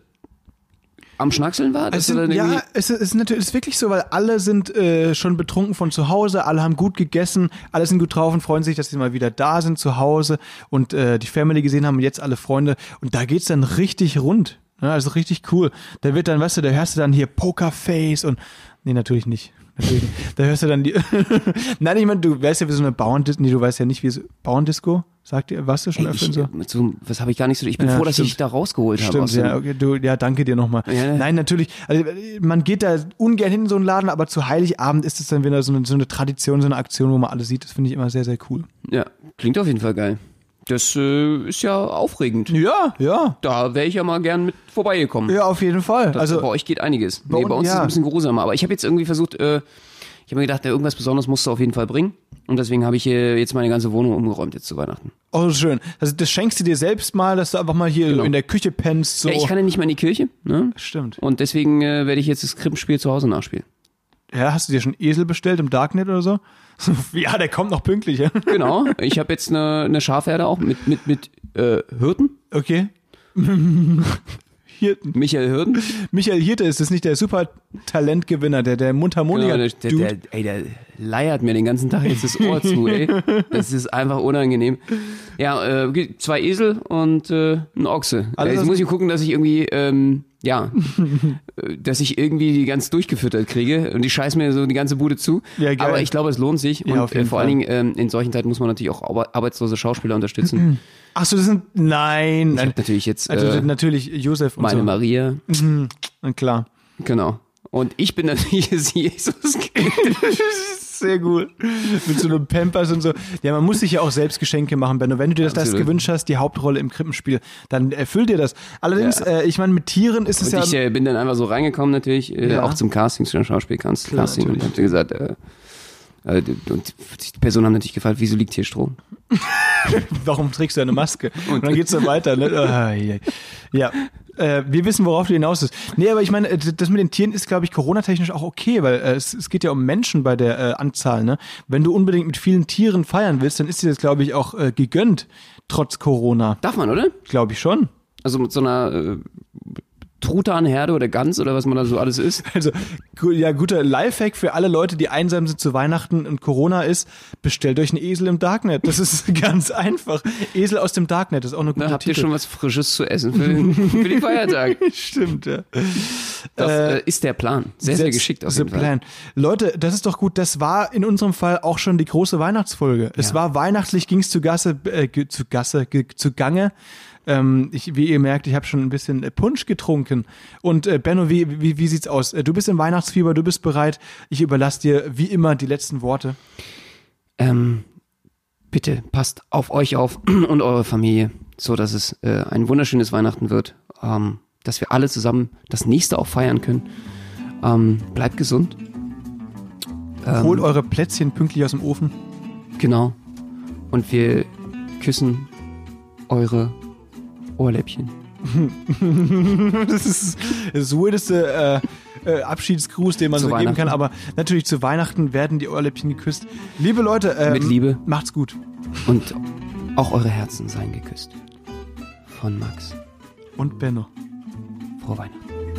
[SPEAKER 2] am Schnackseln war?
[SPEAKER 1] Es
[SPEAKER 2] Dass er
[SPEAKER 1] sind,
[SPEAKER 2] dann irgendwie-
[SPEAKER 1] Also, ja, es ist, es ist natürlich es ist wirklich so, weil alle sind äh, schon betrunken von zu Hause, alle haben gut gegessen, alle sind gut drauf und freuen sich, dass sie mal wieder da sind zu Hause und äh, die Family gesehen haben und jetzt alle Freunde. Und da geht's dann richtig rund. Ne? Also richtig cool. Da wird dann, weißt du, da hörst du dann hier Pokerface und nee, natürlich nicht. Natürlich. nicht. Da hörst du dann die. Nein, ich meine, du weißt ja, wie so eine Bauerndisco. Nee, du weißt ja nicht, wie so. Bauerndisco? Sagt ihr, warst du schon
[SPEAKER 2] Ey,
[SPEAKER 1] öfter in
[SPEAKER 2] ich,
[SPEAKER 1] so?
[SPEAKER 2] so, was habe ich gar nicht so. Ich bin
[SPEAKER 1] Ja,
[SPEAKER 2] froh, dass
[SPEAKER 1] stimmt.
[SPEAKER 2] ich dich da rausgeholt habe.
[SPEAKER 1] Stimmt,
[SPEAKER 2] aus dem-
[SPEAKER 1] ja, okay, du, ja, danke dir nochmal.
[SPEAKER 2] Ja.
[SPEAKER 1] Nein, natürlich, also, äh, man geht da ungern hin in so einen Laden, aber zu Heiligabend ist es dann wieder so eine, so eine Tradition, so eine Aktion, wo man alles sieht. Das finde ich immer sehr, sehr cool.
[SPEAKER 2] ja, klingt auf jeden Fall geil. Das äh, ist ja aufregend.
[SPEAKER 1] Ja, ja.
[SPEAKER 2] Da wäre ich ja mal gern mit vorbeigekommen.
[SPEAKER 1] Ja, auf jeden Fall.
[SPEAKER 2] Also bei
[SPEAKER 1] also,
[SPEAKER 2] euch geht einiges. Bei, nee,
[SPEAKER 1] uns-
[SPEAKER 2] bei uns ist es
[SPEAKER 1] ja.
[SPEAKER 2] ein bisschen grusamer. Aber ich habe jetzt irgendwie versucht, äh, ich habe mir gedacht, ja, irgendwas Besonderes musst du auf jeden Fall bringen. Und deswegen habe ich äh, jetzt meine ganze Wohnung umgeräumt jetzt zu Weihnachten.
[SPEAKER 1] oh, schön. Also, das schenkst du dir selbst mal, dass du einfach mal hier
[SPEAKER 2] Genau.
[SPEAKER 1] in der Küche pennst. So.
[SPEAKER 2] Ja, ich kann ja nicht mal in die Kirche. Ne?
[SPEAKER 1] Stimmt.
[SPEAKER 2] Und deswegen äh, werde ich jetzt das Krippenspiel zu Hause nachspielen.
[SPEAKER 1] Ja, hast du dir schon Esel bestellt im Darknet oder so? ja, der kommt noch pünktlich. Ja?
[SPEAKER 2] Genau. ich habe jetzt eine, eine Schafherde auch mit, mit, mit äh, Hürden.
[SPEAKER 1] Okay. Hirten.
[SPEAKER 2] Michael Hürden.
[SPEAKER 1] Michael Hirte ist das nicht der super Talentgewinner, der, der Mundharmonika.
[SPEAKER 2] Genau, der, der, der, ey, der leiert mir den ganzen Tag jetzt das Ohr zu, ey. Das ist einfach unangenehm. Ja, äh, ge- zwei Esel und äh, ein Ochse.
[SPEAKER 1] Alles
[SPEAKER 2] Äh, jetzt
[SPEAKER 1] aus-
[SPEAKER 2] muss ich gucken, dass ich irgendwie, ähm, ja, äh, dass ich irgendwie die ganz durchgefüttert kriege und die scheiß mir so die ganze Bude zu.
[SPEAKER 1] Ja, geil.
[SPEAKER 2] Aber ich glaube, es lohnt sich.
[SPEAKER 1] Ja,
[SPEAKER 2] und
[SPEAKER 1] auf jeden
[SPEAKER 2] äh, vor allen Dingen ähm, in solchen Zeiten muss man natürlich auch arbe- arbeitslose Schauspieler unterstützen.
[SPEAKER 1] Ach so, das sind nein,
[SPEAKER 2] Ich
[SPEAKER 1] nein.
[SPEAKER 2] hab natürlich jetzt
[SPEAKER 1] Also
[SPEAKER 2] äh,
[SPEAKER 1] natürlich Josef und
[SPEAKER 2] meine
[SPEAKER 1] so.
[SPEAKER 2] Maria.
[SPEAKER 1] Na Klar.
[SPEAKER 2] Genau. Und ich bin natürlich das Jesus-Kind.
[SPEAKER 1] Sehr gut. Mit so einem Pampers und so. Ja, man muss sich ja auch selbst Geschenke machen, Benno. Wenn du dir das, das
[SPEAKER 2] Absolut.
[SPEAKER 1] gewünscht hast, die Hauptrolle im Krippenspiel, dann erfüll dir das. Allerdings,
[SPEAKER 2] Ja.
[SPEAKER 1] äh, ich meine, mit Tieren ist es
[SPEAKER 2] Und
[SPEAKER 1] ja.
[SPEAKER 2] ich äh, bin dann einfach so reingekommen natürlich, äh,
[SPEAKER 1] Ja.
[SPEAKER 2] auch zum Casting, zu einem Schauspielcasting. Casting, und hab gesagt, äh, äh, und die Personen haben natürlich gefragt, wieso liegt hier Stroh?
[SPEAKER 1] warum trägst du eine Maske? Und dann geht's dann weiter. Ne? Ah, je. ja. Äh, wir wissen, worauf du hinaus ist. Nee, aber ich meine, äh, das mit den Tieren ist, glaube ich, coronatechnisch auch okay, weil äh, es, es geht ja um Menschen bei der äh, Anzahl. Ne? Wenn du unbedingt mit vielen Tieren feiern willst, dann ist dir das, glaube ich, auch äh, gegönnt, trotz Corona.
[SPEAKER 2] Darf man, oder?
[SPEAKER 1] Glaube ich schon.
[SPEAKER 2] Also mit so einer äh, Trutanherde oder Gans oder was man da so alles isst.
[SPEAKER 1] Also, gu- ja, guter Lifehack für alle Leute, die einsam sind zu Weihnachten und Corona ist, bestellt euch einen Esel im Darknet. Das ist ganz einfach. Esel aus dem Darknet, das ist auch eine gute
[SPEAKER 2] Da ne? habt ihr
[SPEAKER 1] Titel.
[SPEAKER 2] schon was Frisches zu essen für den, für den Feiertag.
[SPEAKER 1] Stimmt, ja.
[SPEAKER 2] Das äh, ist der Plan. Sehr, sehr geschickt auf
[SPEAKER 1] the
[SPEAKER 2] jeden Fall.
[SPEAKER 1] plan. Leute, das ist doch gut. Das war in unserem Fall auch schon die große Weihnachtsfolge. Es war weihnachtlich, ging es zu Gasse, äh, ge- zu Gasse, ge- zu Gange. Ähm, ich, wie ihr merkt, ich habe schon ein bisschen äh, Punsch getrunken. Und äh, Benno, wie, wie, wie sieht's aus? Äh, Du bist im Weihnachtsfieber, du bist bereit. Ich überlasse dir wie immer die letzten Worte.
[SPEAKER 2] Ähm, bitte passt auf euch auf und eure Familie, so dass es äh, ein wunderschönes Weihnachten wird, ähm, dass wir alle zusammen das nächste auch feiern können. Ähm, bleibt gesund, Ähm.
[SPEAKER 1] Holt eure Plätzchen pünktlich aus dem Ofen.
[SPEAKER 2] genau. Und wir küssen eure Ohrläppchen.
[SPEAKER 1] Das ist das weirdeste äh, äh, Abschiedsgruß, den man
[SPEAKER 2] Zu
[SPEAKER 1] so geben kann.
[SPEAKER 2] Weihnachten.
[SPEAKER 1] Aber natürlich zu Weihnachten werden die Ohrläppchen geküsst. Liebe Leute, ähm,
[SPEAKER 2] Mit Liebe.
[SPEAKER 1] macht's gut.
[SPEAKER 2] Und auch eure Herzen seien geküsst. Von Max.
[SPEAKER 1] Und Benno.
[SPEAKER 2] Frohe Weihnachten.